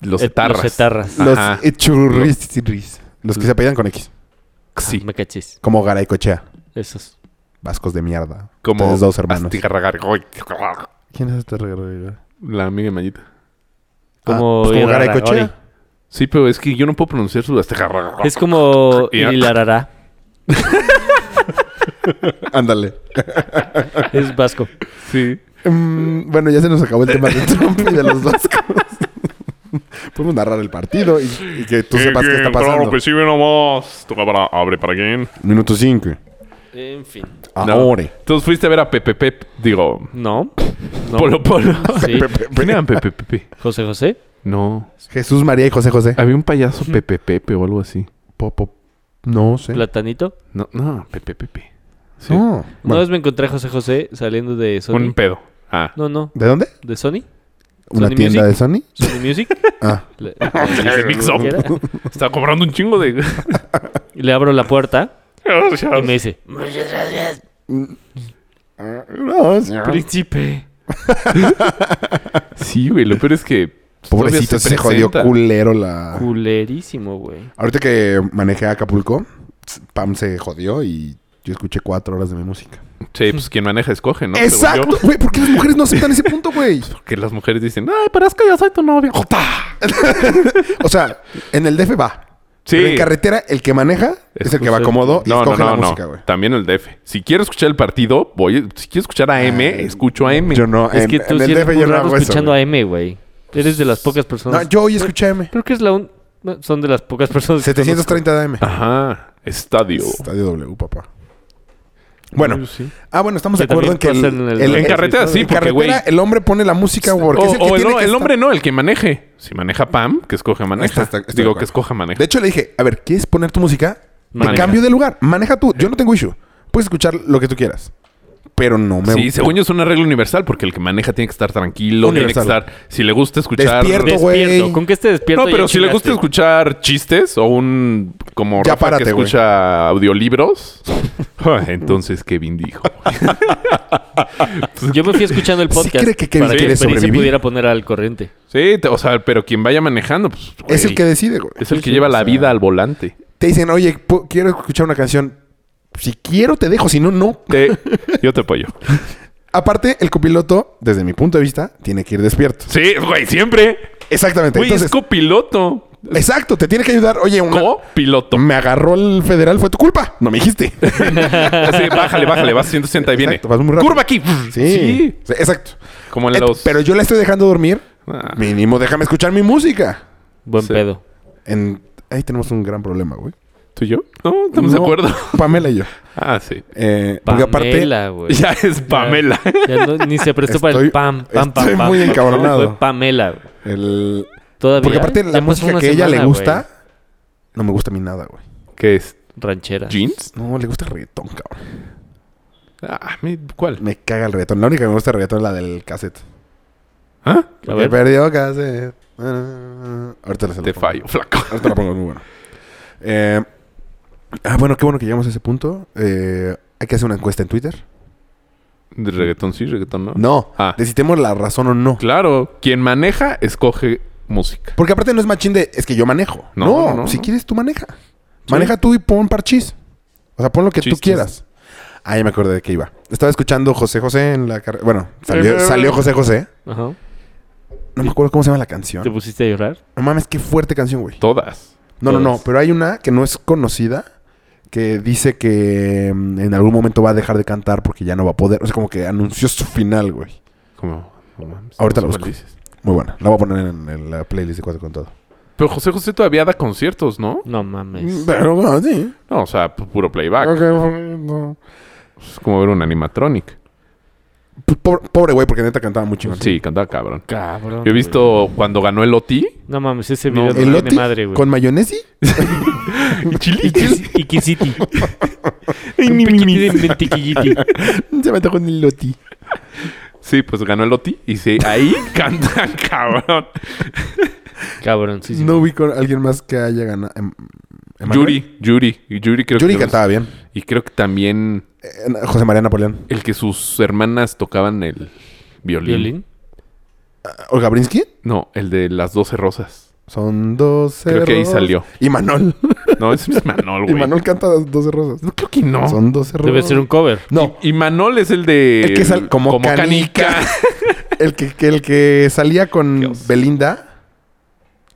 Speaker 5: los
Speaker 1: et-
Speaker 5: etarras.
Speaker 1: Los etarras.
Speaker 4: Los
Speaker 5: Ajá.
Speaker 4: echurristirris. Los que se apellidan con X.
Speaker 5: Sí.
Speaker 1: Ah, Me cachis.
Speaker 4: Como Garay Cochea.
Speaker 1: Esos.
Speaker 4: Vascos de mierda.
Speaker 5: Como
Speaker 4: Ustedes dos hermanos.
Speaker 5: Astigarragargoy.
Speaker 4: ¿Quién es este regalo?
Speaker 5: La amiga de Mayita.
Speaker 1: Como
Speaker 4: Ah, pues como
Speaker 1: Irarrágorri.
Speaker 4: Garay Cochea.
Speaker 5: Sí, pero es que yo no puedo pronunciar su hasta
Speaker 1: Es como
Speaker 5: Ya.
Speaker 1: Irilarará.
Speaker 4: Ándale.
Speaker 1: Es vasco.
Speaker 5: Sí.
Speaker 4: Mm, bueno, ya se nos acabó el tema de Trump y de los vascos. Podemos narrar el partido y, y que tú sepas qué está pasando.
Speaker 5: sí, ve nomás. Tu cámara abre para quién.
Speaker 4: Minuto 5.
Speaker 1: En fin.
Speaker 4: Ahora.
Speaker 5: Entonces fuiste a ver a Pepe Pep, digo,
Speaker 1: No. No.
Speaker 5: Polo Polo.
Speaker 1: Sí.
Speaker 5: ¿Quién era Pepe Pepe?
Speaker 1: José José.
Speaker 5: No.
Speaker 4: Jesús María y José José.
Speaker 5: Había un payaso Pepe Pepe o algo así.
Speaker 4: Po- po- No sé.
Speaker 1: Platanito.
Speaker 5: No, no, Pepe Pepe. Sí.
Speaker 4: No.
Speaker 1: Una
Speaker 4: Bueno,
Speaker 1: vez me encontré a José José saliendo de Sony.
Speaker 5: Un pedo. Ah.
Speaker 1: No, no.
Speaker 4: ¿De dónde?
Speaker 1: ¿De Sony?
Speaker 4: ¿Una
Speaker 1: Sony Music.
Speaker 4: tienda de Sony?
Speaker 1: Sony Music.
Speaker 4: Ah.
Speaker 1: Le, Eh,
Speaker 5: Se mixó.
Speaker 1: ¿Qué era?
Speaker 5: Está cobrando un chingo de. Oh,
Speaker 1: Y le abro la puerta y me dice,
Speaker 4: No,
Speaker 5: Ah.
Speaker 4: señor.
Speaker 1: príncipe.
Speaker 5: Sí, güey. Lo peor es que. pues,
Speaker 4: Pobrecito,
Speaker 5: todavía
Speaker 4: se jodió
Speaker 5: presenta.
Speaker 4: culero la...
Speaker 1: Culerísimo, güey.
Speaker 4: Ahorita que manejé a Acapulco, tss, Pam se jodió y yo escuché cuatro horas de mi música.
Speaker 5: Sí, pues quien maneja escoge, ¿no?
Speaker 4: ¡Exacto! Güey, ¿por qué las mujeres no aceptan ese punto, güey?
Speaker 5: Que las mujeres dicen, ay, pero es que yo soy tu novio.
Speaker 4: O sea, en el DF va.
Speaker 5: Sí.
Speaker 4: Pero en carretera, el que maneja es, el que va cómodo y
Speaker 5: No, no,
Speaker 4: escoge la
Speaker 5: no,
Speaker 4: música,
Speaker 5: no.
Speaker 4: güey.
Speaker 5: También el DF. Si quiero escuchar el partido, voy. Si quiero escuchar a M,
Speaker 4: Ay,
Speaker 5: escucho a M.
Speaker 4: Yo no,
Speaker 1: es
Speaker 4: en,
Speaker 1: que tú
Speaker 4: en
Speaker 1: sí
Speaker 4: el
Speaker 1: eres
Speaker 4: DF
Speaker 1: muy
Speaker 4: yo no
Speaker 1: raro
Speaker 4: hago eso,
Speaker 1: escuchando
Speaker 4: güey.
Speaker 1: a M, güey. Eres de las pocas personas.
Speaker 4: No, yo hoy escuché AM.
Speaker 1: Creo que es la un... no, Son de las pocas personas. que
Speaker 4: 730 de AM.
Speaker 5: Ajá. Estadio.
Speaker 4: Estadio W, papá. Bueno.
Speaker 5: Sí.
Speaker 4: Ah, bueno, estamos de
Speaker 1: Que
Speaker 4: acuerdo en que el,
Speaker 1: también pasan en el-
Speaker 5: En carretera, sí,
Speaker 4: en
Speaker 5: porque, güey.
Speaker 4: carretera el hombre pone la música porque
Speaker 5: o
Speaker 4: es el que
Speaker 5: o el,
Speaker 4: tiene
Speaker 5: no-
Speaker 4: que
Speaker 5: el
Speaker 4: estar-
Speaker 5: hombre no, el que maneje. Si maneja Pam, que escoja maneja.
Speaker 4: Está- está- estoy de
Speaker 5: Digo,
Speaker 4: acuerdo.
Speaker 5: que escoja maneja.
Speaker 4: De hecho, le dije, a ver, ¿quieres poner tu música? Te
Speaker 5: Maneja.
Speaker 4: cambio de lugar. Maneja tú. Yo no tengo issue. Puedes escuchar lo que tú quieras. Pero no me...
Speaker 5: sí, según yo es una regla universal, porque el que maneja tiene que estar tranquilo, tiene que
Speaker 4: Universal.
Speaker 5: estar... Si le gusta escuchar...
Speaker 4: Despierto,
Speaker 5: Des-
Speaker 1: Despierto.
Speaker 4: güey.
Speaker 1: ¿Con qué esté despierto?
Speaker 5: No,
Speaker 1: ya
Speaker 5: pero si le gusta
Speaker 1: chingaste.
Speaker 5: escuchar chistes o un... Como
Speaker 4: Ya
Speaker 5: Rafa
Speaker 4: párate,
Speaker 5: que
Speaker 4: güey.
Speaker 5: escucha audiolibros. ah, Entonces Kevin dijo.
Speaker 1: Yo me fui escuchando el podcast.
Speaker 4: cree que Kevin
Speaker 5: quiere
Speaker 1: el príncipe
Speaker 4: sobrevivir?
Speaker 1: pudiera poner al corriente.
Speaker 5: Sí, te- o sea, pero quien vaya manejando, pues...
Speaker 4: Es el
Speaker 5: güey,
Speaker 4: que decide, güey.
Speaker 5: Es el que
Speaker 4: Sí,
Speaker 5: lleva
Speaker 4: o
Speaker 5: la
Speaker 4: sea,
Speaker 5: vida al volante.
Speaker 4: Te dicen, oye, pu- quiero escuchar una canción. Si quiero, te dejo. Si no, no.
Speaker 5: Te- yo te apoyo.
Speaker 4: Aparte, el copiloto, desde mi punto de vista, tiene que ir despierto.
Speaker 5: Sí, güey, siempre.
Speaker 4: Exactamente.
Speaker 5: Güey,
Speaker 4: Entonces,
Speaker 5: es copiloto.
Speaker 4: exacto. Te tiene que ayudar. Oye, una-
Speaker 5: Copiloto.
Speaker 4: Me agarró el federal. Fue tu culpa. No me dijiste.
Speaker 5: Así, bájale, bájale, vas 160 y viene.
Speaker 4: Exacto, vas muy rápido.
Speaker 5: Curva aquí.
Speaker 4: Sí. Sí, Exacto.
Speaker 5: Como
Speaker 4: Et-
Speaker 5: en los.
Speaker 4: Pero yo la estoy dejando dormir.
Speaker 5: Ah.
Speaker 4: Mínimo, déjame escuchar mi música.
Speaker 1: Buen
Speaker 5: Sí.
Speaker 1: pedo.
Speaker 4: En... Ahí tenemos un gran problema, güey.
Speaker 5: ¿Tú y yo? No, estamos de
Speaker 4: No,
Speaker 5: acuerdo.
Speaker 4: Pamela y yo.
Speaker 5: Ah, sí.
Speaker 4: Eh, porque aparte,
Speaker 1: Pamela, güey.
Speaker 5: Ya es Pamela.
Speaker 1: Ya no- ni se prestó para
Speaker 4: Estoy-
Speaker 1: el pam, pam, pam.
Speaker 4: estoy
Speaker 1: pam,
Speaker 4: muy
Speaker 1: pam,
Speaker 4: encabronado.
Speaker 1: no, fue Pamela, güey.
Speaker 4: el-
Speaker 1: Todavía.
Speaker 4: porque aparte
Speaker 1: Ya
Speaker 4: la
Speaker 1: pasó
Speaker 4: música
Speaker 1: una
Speaker 4: que a ella le
Speaker 1: semana,
Speaker 4: gusta,
Speaker 1: güey.
Speaker 4: no me gusta a mí nada, güey.
Speaker 5: ¿Qué es?
Speaker 1: Ranchera.
Speaker 5: ¿Jeans?
Speaker 4: No, le gusta el reggaetón, cabrón.
Speaker 5: Ah, mi- ¿cuál?
Speaker 4: Me caga el reggaetón. La única que me gusta el reggaetón es la del cassette.
Speaker 5: ¿Ah?
Speaker 1: A
Speaker 4: Me
Speaker 1: ver.
Speaker 4: perdió cassette. Ah, Ahorita la se la
Speaker 5: Te
Speaker 4: pongo.
Speaker 5: fallo, flaco.
Speaker 4: Ahorita la pongo, es muy bueno. Eh, ah, bueno, qué bueno que llegamos a ese punto. Eh, Hay que hacer una encuesta en Twitter.
Speaker 5: ¿De reggaetón sí, reggaetón no?
Speaker 4: No,
Speaker 5: Ah.
Speaker 4: necesitemos la razón o no.
Speaker 5: Claro, quien maneja escoge música.
Speaker 4: Porque aparte no es machín de es que yo manejo.
Speaker 5: No,
Speaker 4: No,
Speaker 5: no, no,
Speaker 4: si
Speaker 5: no.
Speaker 4: quieres tú maneja. Maneja tú y pon parchís. O sea, pon lo que
Speaker 5: Chis,
Speaker 4: tú quieras. Ah, ya me acordé de qué iba. Estaba escuchando José José en la carrera. Bueno, salió, salió José José.
Speaker 1: Ajá.
Speaker 4: No me acuerdo cómo se llama la
Speaker 1: ¿Te
Speaker 4: canción.
Speaker 1: pusiste a llorar?
Speaker 4: No mames, qué fuerte canción, güey.
Speaker 5: Todas.
Speaker 4: No, no, no.
Speaker 1: todas.
Speaker 4: Pero hay una que no es conocida que dice que mm, en algún momento va a dejar de cantar porque ya no va a poder. O sea, como que anunció su final, güey.
Speaker 5: Como. no mames,
Speaker 4: Ahorita
Speaker 5: no
Speaker 4: la
Speaker 5: sé
Speaker 4: busco.
Speaker 5: cuál dices.
Speaker 4: Muy buena. La voy a poner en, en la playlist de Cuatro con Todo.
Speaker 5: Pero José José todavía da conciertos, ¿no?
Speaker 1: No mames.
Speaker 4: Pero Mm, bueno, sí.
Speaker 5: No, o sea, pu- puro playback.
Speaker 4: Ok, no.
Speaker 5: Es como ver un animatronic.
Speaker 4: P- Pobre pobre güey, porque neta cantaba muy chingón.
Speaker 5: Sí, cantaba cabrón.
Speaker 1: Ah, Cabrón.
Speaker 5: Yo he visto cuando ganó el OT.
Speaker 1: No mames, ese
Speaker 5: No,
Speaker 1: video no,
Speaker 4: El
Speaker 1: tiene
Speaker 4: Oti
Speaker 1: madre, güey.
Speaker 4: con mayonesi.
Speaker 1: Iki- Ikisiti. Un piquiti de mentiquilliti.
Speaker 4: Se me tocó el loti.
Speaker 5: Sí, pues ganó el OT y sí, ahí cantan, cabrón.
Speaker 1: Cabrón, sí, sí.
Speaker 4: No ubico a alguien más que haya ganado. Em- Emanuel.
Speaker 5: Yuri, Yuri, y Yuri creo
Speaker 4: Yuri
Speaker 5: que
Speaker 4: cantaba bien.
Speaker 5: Y creo que también
Speaker 4: Eh, no, José María Napoleón.
Speaker 5: el que sus hermanas tocaban el violín.
Speaker 1: ¿Violín?
Speaker 4: Ah, Olga Brinsky.
Speaker 5: No, el de las 12 rosas.
Speaker 4: Son 12
Speaker 5: Creo que ahí salió.
Speaker 4: Y Manol.
Speaker 5: No, ese es Manol,
Speaker 4: y
Speaker 5: güey.
Speaker 4: Manol canta 12 rosas.
Speaker 5: No, creo que no.
Speaker 4: Son 12 rosas.
Speaker 1: Debe ser un cover.
Speaker 4: No,
Speaker 5: Y Manol es el de
Speaker 4: El que sal- como canica. el que, que- el que salía con
Speaker 5: Dios.
Speaker 4: Belinda.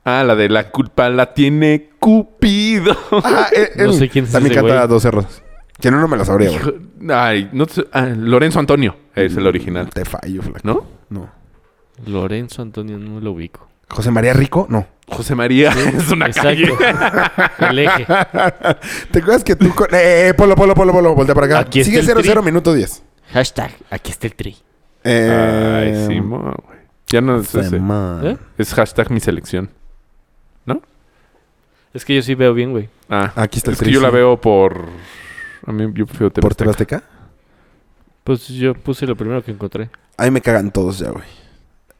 Speaker 5: Ah, la de la culpa la tiene Cupido.
Speaker 4: Ah, eh,
Speaker 1: No
Speaker 4: él
Speaker 1: sé quién es
Speaker 4: También
Speaker 1: ese
Speaker 4: canta
Speaker 1: güey.
Speaker 4: Dos Cerros. Que no, no me la sabría, güey.
Speaker 5: Hijo- Ay, no te- ah, Lorenzo Antonio es el original,
Speaker 4: Te fallo, flaco.
Speaker 5: ¿no?
Speaker 4: No.
Speaker 1: Lorenzo Antonio, no lo ubico.
Speaker 4: José María Rico, no.
Speaker 5: José María es una
Speaker 1: Exacto.
Speaker 5: calle.
Speaker 1: El eje.
Speaker 4: Ah. ¿Te acuerdas que tú con... Eh, eh, polo, polo, polo, polo. Voltea para acá.
Speaker 1: Aquí está
Speaker 4: Sigue
Speaker 1: el
Speaker 4: 0,
Speaker 1: tri.
Speaker 4: 0, minuto 10.
Speaker 1: Hashtag, aquí está el tri.
Speaker 4: Eh,
Speaker 5: Ay, sí, mo, güey. Ya no es ese.
Speaker 4: Semana.
Speaker 1: ¿Eh?
Speaker 5: Es hashtag mi selección.
Speaker 1: Es que yo sí veo bien, güey.
Speaker 5: Ah,
Speaker 4: Aquí está el
Speaker 5: es que yo
Speaker 4: tri,
Speaker 5: la
Speaker 4: sí.
Speaker 5: veo por... A mí yo prefiero TV
Speaker 4: ¿Por
Speaker 5: Azteca.
Speaker 4: Tebasteca?
Speaker 1: Pues yo puse lo primero que encontré.
Speaker 4: A mí me cagan todos ya, güey.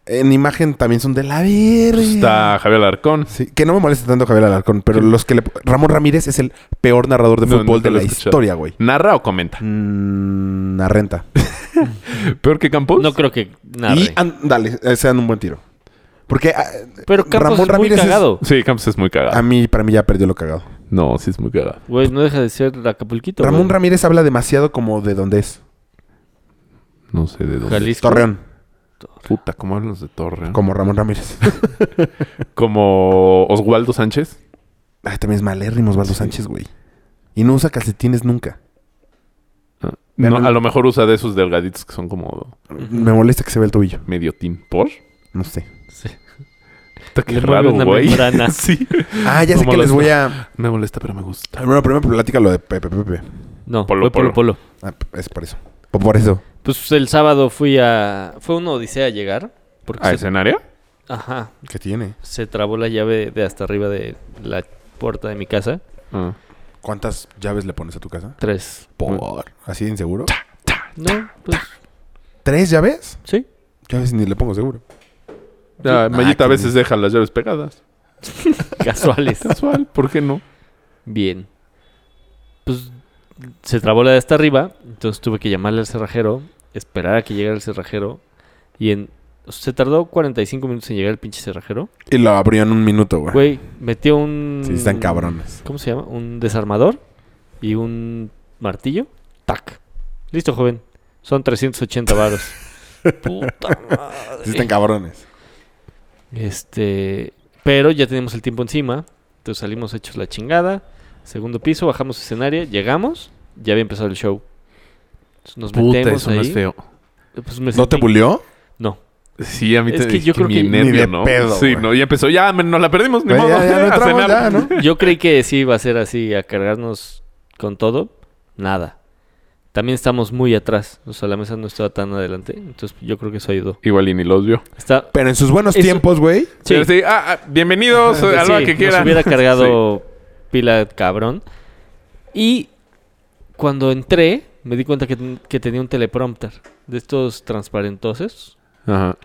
Speaker 4: En imagen también son de la verga.
Speaker 5: Pues Está Javier Alarcón.
Speaker 4: Sí, que no me molesta tanto Javier Alarcón, pero los que le... Ramón Ramírez es el peor narrador de
Speaker 5: No,
Speaker 4: fútbol
Speaker 5: nunca
Speaker 4: de
Speaker 5: lo
Speaker 4: la
Speaker 5: he escuchado.
Speaker 4: historia, güey.
Speaker 5: ¿Narra o comenta?
Speaker 4: Mm, la renta.
Speaker 5: ¿Peor que Campos?
Speaker 1: No creo que nada.
Speaker 4: Y ándale, eh, se dan un buen tiro. Porque ah,
Speaker 1: Pero Campos
Speaker 4: Ramón
Speaker 1: es muy
Speaker 4: Ramírez es-
Speaker 1: cagado.
Speaker 5: Sí, Campos es muy cagado.
Speaker 4: a mí, para mí ya perdió lo cagado.
Speaker 5: No, sí es muy cagado.
Speaker 1: Güey, no deja de ser Acapulquito.
Speaker 4: Ramón
Speaker 1: güey.
Speaker 4: Ramírez habla demasiado como de dónde es.
Speaker 5: No sé de dónde.
Speaker 1: Jalisco. Ah.
Speaker 4: Torreón,
Speaker 5: Puta, ¿cómo hablas de Torre?
Speaker 4: como Ramón Ramírez.
Speaker 5: Como Oswaldo Sánchez.
Speaker 4: Ay, también es malérrimo Este Osvaldo Sánchez, güey. Y no usa calcetines nunca.
Speaker 5: Ah, No,
Speaker 4: Vean el-
Speaker 5: a lo mejor usa de esos delgaditos que son como
Speaker 4: Me molesta que se vea el tobillo.
Speaker 5: medio tin. ¿Por?
Speaker 4: No sé.
Speaker 1: Sí.
Speaker 5: Está qué
Speaker 1: Le mueve
Speaker 5: raro,
Speaker 1: una
Speaker 5: güey.
Speaker 1: membrana.
Speaker 5: sí.
Speaker 4: Ah, ya sé
Speaker 5: No
Speaker 4: que les
Speaker 5: molesta.
Speaker 4: voy a...
Speaker 5: Me molesta, pero me gusta.
Speaker 4: Bueno, primero plática lo de Pepe Pepe.
Speaker 1: No,
Speaker 5: Polo,
Speaker 1: fue Polo Polo.
Speaker 4: Ah, es por eso. Por- Por eso.
Speaker 1: Pues el sábado fui a... Fue una odisea llegar. Porque
Speaker 4: Ah,
Speaker 5: ¿A
Speaker 1: se-
Speaker 5: escenario?
Speaker 1: Ajá.
Speaker 4: ¿Qué tiene?
Speaker 1: Se trabó la llave de hasta arriba de la puerta de mi casa.
Speaker 5: Ah.
Speaker 4: ¿Cuántas llaves le pones a tu casa?
Speaker 1: Tres.
Speaker 4: Por. ¿Así de inseguro?
Speaker 1: No, pues
Speaker 4: ¿Tres llaves?
Speaker 1: sí.
Speaker 4: Llaves ni le pongo seguro.
Speaker 5: Ah, Mayita a
Speaker 4: qué
Speaker 5: veces deja las llaves pegadas.
Speaker 1: Casuales.
Speaker 5: Casual, ¿por qué no?
Speaker 1: Bien. Pues se trabó la de hasta arriba, entonces tuve que llamarle al cerrajero, esperar a que llegara el cerrajero y en se tardó 45 minutos en llegar el pinche cerrajero.
Speaker 4: Y lo abrió en un minuto, güey.
Speaker 1: Güey, mm, metió un
Speaker 4: Ah. Sí, están cabrones.
Speaker 1: ¿Cómo se llama? Un desarmador y un martillo. Tac. Listo, joven. Son 380 varos. Puta madre.
Speaker 4: Sí, están cabrones.
Speaker 1: Este, pero ya teníamos el tiempo encima, entonces salimos hechos la chingada, segundo piso, bajamos escenario, llegamos, ya había empezado el show. Entonces nos metemos ahí. Pues me
Speaker 4: ¿No te
Speaker 1: sentí-
Speaker 4: bulió?
Speaker 1: No.
Speaker 5: Sí, a mí
Speaker 1: Es
Speaker 5: te
Speaker 1: que
Speaker 5: dije
Speaker 1: yo creo
Speaker 5: mi
Speaker 1: que- Ni
Speaker 5: nervio,
Speaker 4: de
Speaker 5: ¿no?
Speaker 4: pedo,
Speaker 5: sí,
Speaker 4: güey.
Speaker 5: no, ya empezó, ya me- nos la perdimos, ni
Speaker 4: Güey,
Speaker 1: Pues
Speaker 5: modo.
Speaker 4: ya, ya no
Speaker 5: a
Speaker 4: entramos,
Speaker 5: cenar.
Speaker 4: ya, ¿no?
Speaker 1: Yo creí que sí iba a ser así, a cargarnos con todo, nada. También estamos muy atrás, o sea, la mesa no estaba tan adelante, entonces yo creo que eso ayudó.
Speaker 5: Igual y ni los vio.
Speaker 1: Está
Speaker 4: Pero en sus buenos
Speaker 1: Eso-
Speaker 4: tiempos, güey.
Speaker 1: sí,
Speaker 5: Pero sí, ah, ah, bienvenidos a lo
Speaker 1: sí,
Speaker 5: que
Speaker 1: nos
Speaker 5: quieran.
Speaker 1: hubiera cargado pila cabrón. Y cuando entré, me di cuenta que, ten- que tenía un teleprompter de estos transparentoses.
Speaker 5: Sí. Ajá.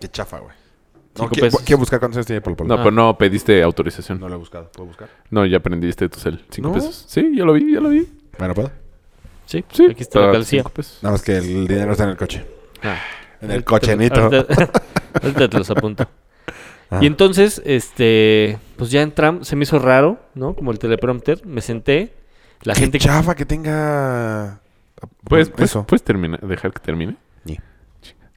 Speaker 4: Qué chafa, güey.
Speaker 1: Cinco
Speaker 4: ¿qué-
Speaker 1: pesos.
Speaker 4: Quiero buscar cuántos años tiene Polo Polo.
Speaker 5: No,
Speaker 1: Ah.
Speaker 5: pero no pediste autorización.
Speaker 4: lo he buscado. ¿Puedo buscar?
Speaker 5: No, ya aprendiste tu cel. Cinco
Speaker 4: ¿No?
Speaker 5: pesos. Sí, yo lo vi, yo lo vi.
Speaker 4: Bueno, ¿puedo?
Speaker 1: Sí,
Speaker 5: Sí.
Speaker 1: aquí está la
Speaker 5: Ah,
Speaker 1: calcía.
Speaker 5: cinco pesos.
Speaker 4: Nada más que el dinero está en el coche.
Speaker 1: Ah. Ahorita
Speaker 4: En el
Speaker 1: te lo-
Speaker 4: cochenito.
Speaker 1: Ahorita, ahorita te los apunto.
Speaker 4: Ah.
Speaker 1: Y entonces, este, pues ya entramos, se me hizo raro, ¿no? Como el teleprompter, me senté, la
Speaker 4: Qué
Speaker 1: gente...
Speaker 4: chafa que tenga...
Speaker 5: Pues, pues,
Speaker 4: Eso.
Speaker 5: ¿Puedes terminar, dejar que termine?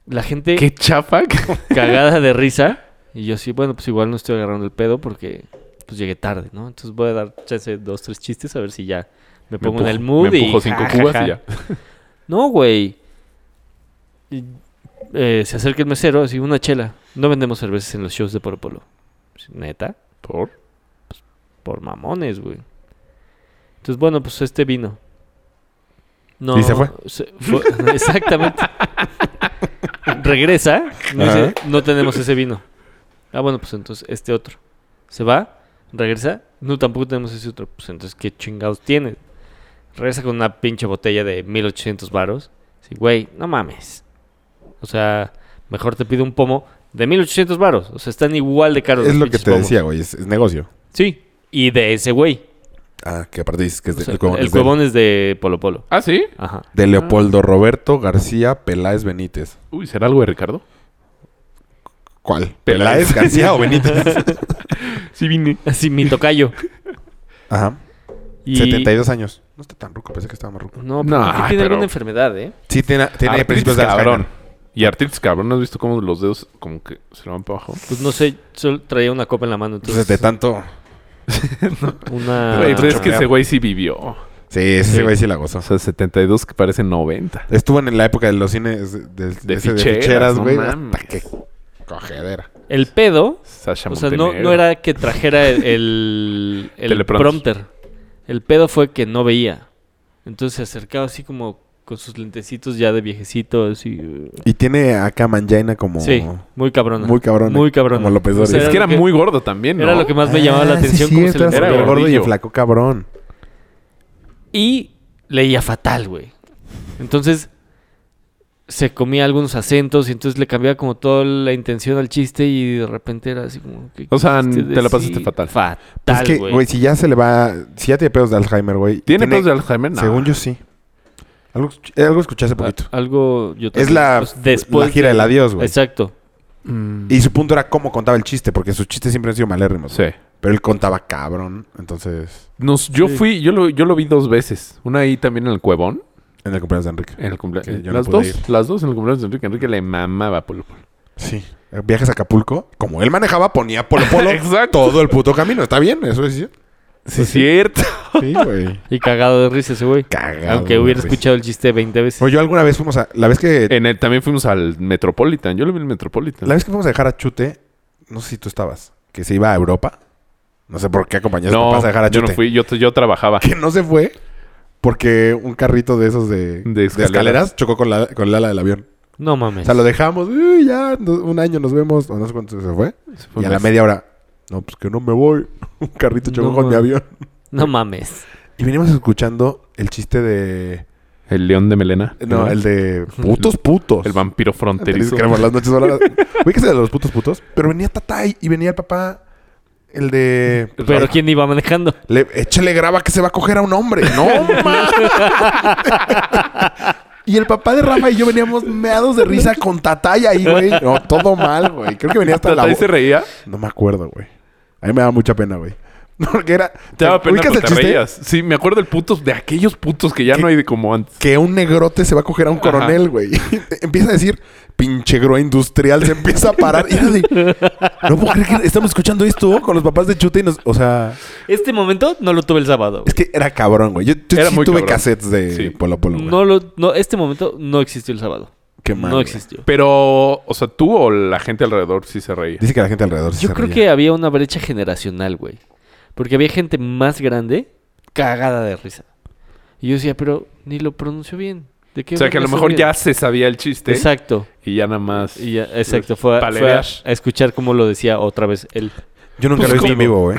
Speaker 1: La gente...
Speaker 5: ¡Qué chafa!
Speaker 1: cagada de risa. Y yo sí, bueno, pues igual no estoy agarrando el pedo porque pues llegué tarde, ¿no? Entonces voy a dar chance de dos, tres chistes a ver si ya me pongo en el mood
Speaker 5: Me
Speaker 1: y
Speaker 5: empujo cinco
Speaker 1: ja, ja,
Speaker 5: cubas
Speaker 1: ja.
Speaker 5: y ya.
Speaker 1: No, güey. Y, eh, se acerca el mesero, así, una chela. No vendemos cervezas en los shows de Polo Polo. Pues, Neta, Pues,
Speaker 5: ¿Por?
Speaker 1: por mamones, güey. Entonces, bueno, pues este vino. No,
Speaker 4: Y se fue.
Speaker 1: fue- exactamente. Regresa. me dice, no tenemos ese vino. Ah, bueno, pues entonces este otro. Se va, regresa. No, tampoco tenemos ese otro. Pues entonces, ¿qué chingados tienes? Regresa con una pinche botella de 1800 varos. Sí, güey, no mames. O sea, mejor te pido un pomo de 1800 varos. O sea, están igual de caros.
Speaker 4: Es
Speaker 1: los
Speaker 4: lo que
Speaker 1: pinches
Speaker 4: te
Speaker 1: pomos.
Speaker 4: decía, güey. Es, es negocio.
Speaker 1: Sí, y de ese güey.
Speaker 4: Ah, que aparte dices que es
Speaker 1: O
Speaker 4: de-
Speaker 1: sea,
Speaker 4: el cuevón.
Speaker 1: el
Speaker 4: es de-
Speaker 1: cuevón es de Polo Polo.
Speaker 5: ¿Ah, sí?
Speaker 1: Ajá.
Speaker 4: De Leopoldo Roberto García Peláez Benítez.
Speaker 5: Uy, ¿será algo de Ricardo?
Speaker 4: ¿Cuál?
Speaker 5: Peláez.
Speaker 4: ¿Peláez García o Benítez?
Speaker 5: Sí vine.
Speaker 1: Así, mi tocayo.
Speaker 4: Ajá.
Speaker 1: Y...
Speaker 4: 72 años. No está tan ruco. Pensé que estaba más ruco.
Speaker 1: No,
Speaker 5: No,
Speaker 1: pero creo que
Speaker 5: ay,
Speaker 1: tiene
Speaker 5: pero-
Speaker 1: alguna enfermedad, ¿eh?
Speaker 4: Sí, tiene, tiene
Speaker 5: Artritis,
Speaker 4: principios de
Speaker 5: cabrón.
Speaker 4: cabrón.
Speaker 5: Y artritis, cabrón, ¿no has visto cómo los dedos como que se le van para abajo?
Speaker 1: Pues no sé, solo traía una copa en la mano.
Speaker 4: Entonces,
Speaker 1: Entonces,
Speaker 4: Pues de tanto.
Speaker 1: una.
Speaker 5: Güey, pero es que
Speaker 4: chorrear.
Speaker 5: ese güey sí vivió.
Speaker 4: Sí, ese
Speaker 1: Sí.
Speaker 4: güey sí la gozó.
Speaker 5: O sea, 72 que parecen 90.
Speaker 4: Estuvo en la época de los cines de, de-
Speaker 5: De
Speaker 4: ese de
Speaker 5: ficheras,
Speaker 4: ficheras,
Speaker 5: no
Speaker 4: güey.
Speaker 5: mames.
Speaker 4: Hasta que cogedera.
Speaker 1: El pedo
Speaker 5: Sasha
Speaker 1: O sea, no,
Speaker 5: Montenegro.
Speaker 1: no era que trajera el, el, el
Speaker 5: Teleprompter.
Speaker 1: prompter. El pedo fue que no veía. Entonces se acercaba así como con sus lentecitos ya de viejecito, así. eh.
Speaker 4: Y tiene a Kamanjaina como.
Speaker 1: Sí, muy cabrona.
Speaker 4: Muy cabrona.
Speaker 1: Muy cabrona.
Speaker 4: Como López
Speaker 1: O sea,
Speaker 4: Dóriga.
Speaker 5: Es que era
Speaker 1: lo que-
Speaker 5: muy gordo también, ¿no?
Speaker 1: Era lo que más me
Speaker 4: Ah,
Speaker 1: llamaba la
Speaker 4: sí,
Speaker 1: atención.
Speaker 4: sí,
Speaker 1: cómo se le
Speaker 4: estaba
Speaker 5: era
Speaker 1: movía.
Speaker 4: súper gordo y
Speaker 5: gordillo.
Speaker 4: flaco, cabrón.
Speaker 1: Y leía fatal, güey. Entonces se comía algunos acentos y entonces le cambiaba como toda la intención al chiste y de repente era así como... ¿qué
Speaker 5: O sea,
Speaker 1: quisiste
Speaker 5: te la pasaste
Speaker 1: decir?
Speaker 5: fatal.
Speaker 4: Pues
Speaker 1: Fatal,
Speaker 4: que,
Speaker 1: güey.
Speaker 4: güey, si ya se le va. Si ya tiene pedos de Alzheimer, güey.
Speaker 5: ¿Tiene pedos de Alzheimer? No.
Speaker 4: Según yo, sí. Algo, escuch- eh, algo escuché hace
Speaker 1: A-
Speaker 4: poquito.
Speaker 1: Algo yo
Speaker 4: Es
Speaker 1: también,
Speaker 4: la-
Speaker 1: Ah, pues,
Speaker 4: la gira del adiós, güey.
Speaker 1: Exacto. Mm.
Speaker 4: Y su punto era cómo contaba el chiste, porque sus chistes siempre han sido malérrimos.
Speaker 5: Sí.
Speaker 4: Pero él contaba cabrón. Entonces,
Speaker 5: Nos, yo
Speaker 1: Sí.
Speaker 5: fui, yo lo, yo lo vi dos veces. Una ahí también en el cuevón.
Speaker 4: en el cumpleaños de Enrique.
Speaker 5: En el cumpleaños.
Speaker 4: Que yo no
Speaker 5: Las
Speaker 4: pude
Speaker 5: dos,
Speaker 4: ir.
Speaker 5: las dos en el cumpleaños de Enrique. Enrique le mamaba Polo Polo.
Speaker 4: Sí. Viajes a Acapulco. Como él manejaba, ponía Polo Polo
Speaker 5: Exacto.
Speaker 4: todo el puto camino. Está bien, eso es.
Speaker 5: Sí, cierto.
Speaker 4: Sí, güey.
Speaker 1: Y cagado de risa ese güey.
Speaker 4: Cagado.
Speaker 1: Aunque hubiera
Speaker 4: güey.
Speaker 1: escuchado el chiste 20 veces.
Speaker 4: Oye, yo alguna vez fuimos a. La vez que.
Speaker 5: En el, también fuimos al Metropolitan. Yo lo vi en el Metropolitan.
Speaker 4: La vez que fuimos a dejar a Chute, no sé si tú estabas, que se iba a Europa. No sé por qué acompañaste
Speaker 5: no,
Speaker 4: a dejar a Chute.
Speaker 5: yo no fui. Yo, yo trabajaba.
Speaker 4: Que no se fue porque un carrito de esos de,
Speaker 5: De
Speaker 4: de escaleras.
Speaker 5: escaleras
Speaker 4: chocó con la, con el ala del avión.
Speaker 1: no
Speaker 4: O
Speaker 1: mames.
Speaker 4: sea, lo dejamos, "Uy, ya, no- un año nos vemos, o no sé cuánto se fue.
Speaker 5: Se fue
Speaker 4: Y a
Speaker 5: un
Speaker 4: la
Speaker 5: mes.
Speaker 4: media hora, no, pues que no me voy. Un carrito chocó
Speaker 1: No,
Speaker 4: con mi
Speaker 1: ma-
Speaker 4: avión.
Speaker 1: No mames.
Speaker 4: Y venimos escuchando el chiste de.
Speaker 5: El león de melena.
Speaker 4: No, el de putos putos.
Speaker 5: El vampiro
Speaker 4: Feliz
Speaker 5: fronterizo.
Speaker 4: que era por las noches voladas. Ubíquese de los putos putos. Pero venía Tatay y venía el papá, el de.
Speaker 1: Pero ¿quién iba manejando?
Speaker 4: Le, échale graba que se va a coger a un hombre. No, ma. y el papá de Rafa y yo veníamos meados de risa con Tatay ahí, güey. No, todo mal, güey. Creo que venía hasta la.
Speaker 5: Tatay se reía.
Speaker 4: No me acuerdo, güey. A mí me daba mucha pena, güey. Porque era.
Speaker 5: Te daba pena
Speaker 4: ¿ubicas
Speaker 5: pero
Speaker 4: el
Speaker 5: te reías. Sí, me acuerdo del putos, de aquellos putos que ya no hay de como antes.
Speaker 4: que un negrote se va a coger a un coronel, güey. empieza a decir, pinche grúa industrial, se empieza a parar. Y era de, no puedo creer que estamos escuchando esto con los papás de Chute y nos. O sea,
Speaker 1: Este momento no lo tuve el sábado.
Speaker 4: es
Speaker 1: güey.
Speaker 4: que era cabrón, güey. Yo, yo
Speaker 5: Era
Speaker 4: sí
Speaker 5: muy
Speaker 4: tuve
Speaker 5: cabrón.
Speaker 4: cassettes de
Speaker 5: Sí.
Speaker 4: Polo Polo, güey.
Speaker 1: No lo, no, este momento no existió el sábado.
Speaker 4: Qué mal,
Speaker 1: no
Speaker 4: güey.
Speaker 1: existió.
Speaker 5: Pero, o sea, tú o la gente alrededor sí se reía.
Speaker 4: Dice que la gente alrededor se
Speaker 1: Yo creo
Speaker 4: reía.
Speaker 1: que había una brecha generacional, güey. Porque había gente más grande cagada de risa. Y yo decía, pero ni lo pronunció bien. ¿De qué
Speaker 5: O sea, que a lo
Speaker 1: verga
Speaker 5: mejor
Speaker 1: sabía?
Speaker 5: ya ¿eh? se sabía el chiste
Speaker 1: Exacto.
Speaker 5: y ya nada más.
Speaker 1: Y ya, exacto. Fue, a- fue a-
Speaker 5: Palear.
Speaker 1: a escuchar cómo lo decía otra vez él.
Speaker 4: Yo nunca
Speaker 5: Pues
Speaker 4: lo he visto
Speaker 5: como-
Speaker 4: en vivo, ¿eh?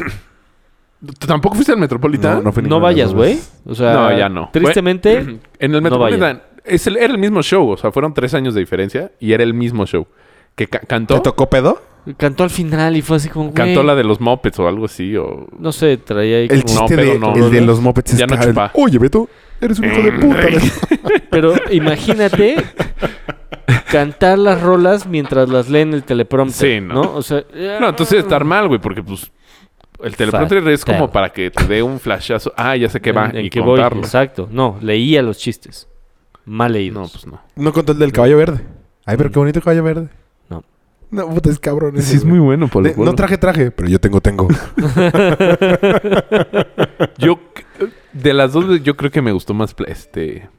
Speaker 4: güey.
Speaker 5: ¿Tú tampoco fuiste al Metropolitan?
Speaker 4: fui
Speaker 1: No
Speaker 4: ninguna de las
Speaker 1: vayas,
Speaker 4: dos
Speaker 1: güey.
Speaker 4: veces.
Speaker 1: O sea,
Speaker 5: No, ya no.
Speaker 1: Tristemente,
Speaker 5: En el
Speaker 1: No
Speaker 5: Metropolitan. es el- era el mismo show, o sea, fueron tres años de diferencia y era el mismo show. Que ca-
Speaker 4: ¿Te
Speaker 5: cantó.
Speaker 4: tocó pedo?
Speaker 1: cantó al final y fue así como.
Speaker 5: Cantó
Speaker 1: güey,
Speaker 5: la de los Muppets o algo así. O...
Speaker 1: No sé, traía ahí.
Speaker 4: El
Speaker 1: como-
Speaker 4: chiste
Speaker 5: pedo
Speaker 4: de,
Speaker 5: no.
Speaker 4: el de los mopeds
Speaker 5: Ya no Mm. chupa.
Speaker 4: Oye, Beto, eres un hijo de puta.
Speaker 1: Pero imagínate cantar las rolas mientras las leen el teleprompter.
Speaker 5: Sí,
Speaker 1: Sí,
Speaker 5: no.
Speaker 1: ¿no? O sea.
Speaker 5: No, entonces estar mal, güey, porque pues. El teleprompter es como para que te dé un flashazo. Ah, ya sé que va.
Speaker 1: en- en
Speaker 5: y
Speaker 1: que voy, pues,
Speaker 5: contarlo.
Speaker 1: Exacto. No, leía los chistes. Mal
Speaker 5: no,
Speaker 1: leídos.
Speaker 5: pues no.
Speaker 4: no contó el del caballo verde. Ay, pero qué bonito caballo verde.
Speaker 1: No.
Speaker 4: No, puta, es cabrón. ese, güey.
Speaker 5: bueno, por
Speaker 4: De- No traje traje, pero yo tengo tengo.
Speaker 5: Yo, c- de las dos, yo creo que me gustó más pla- este.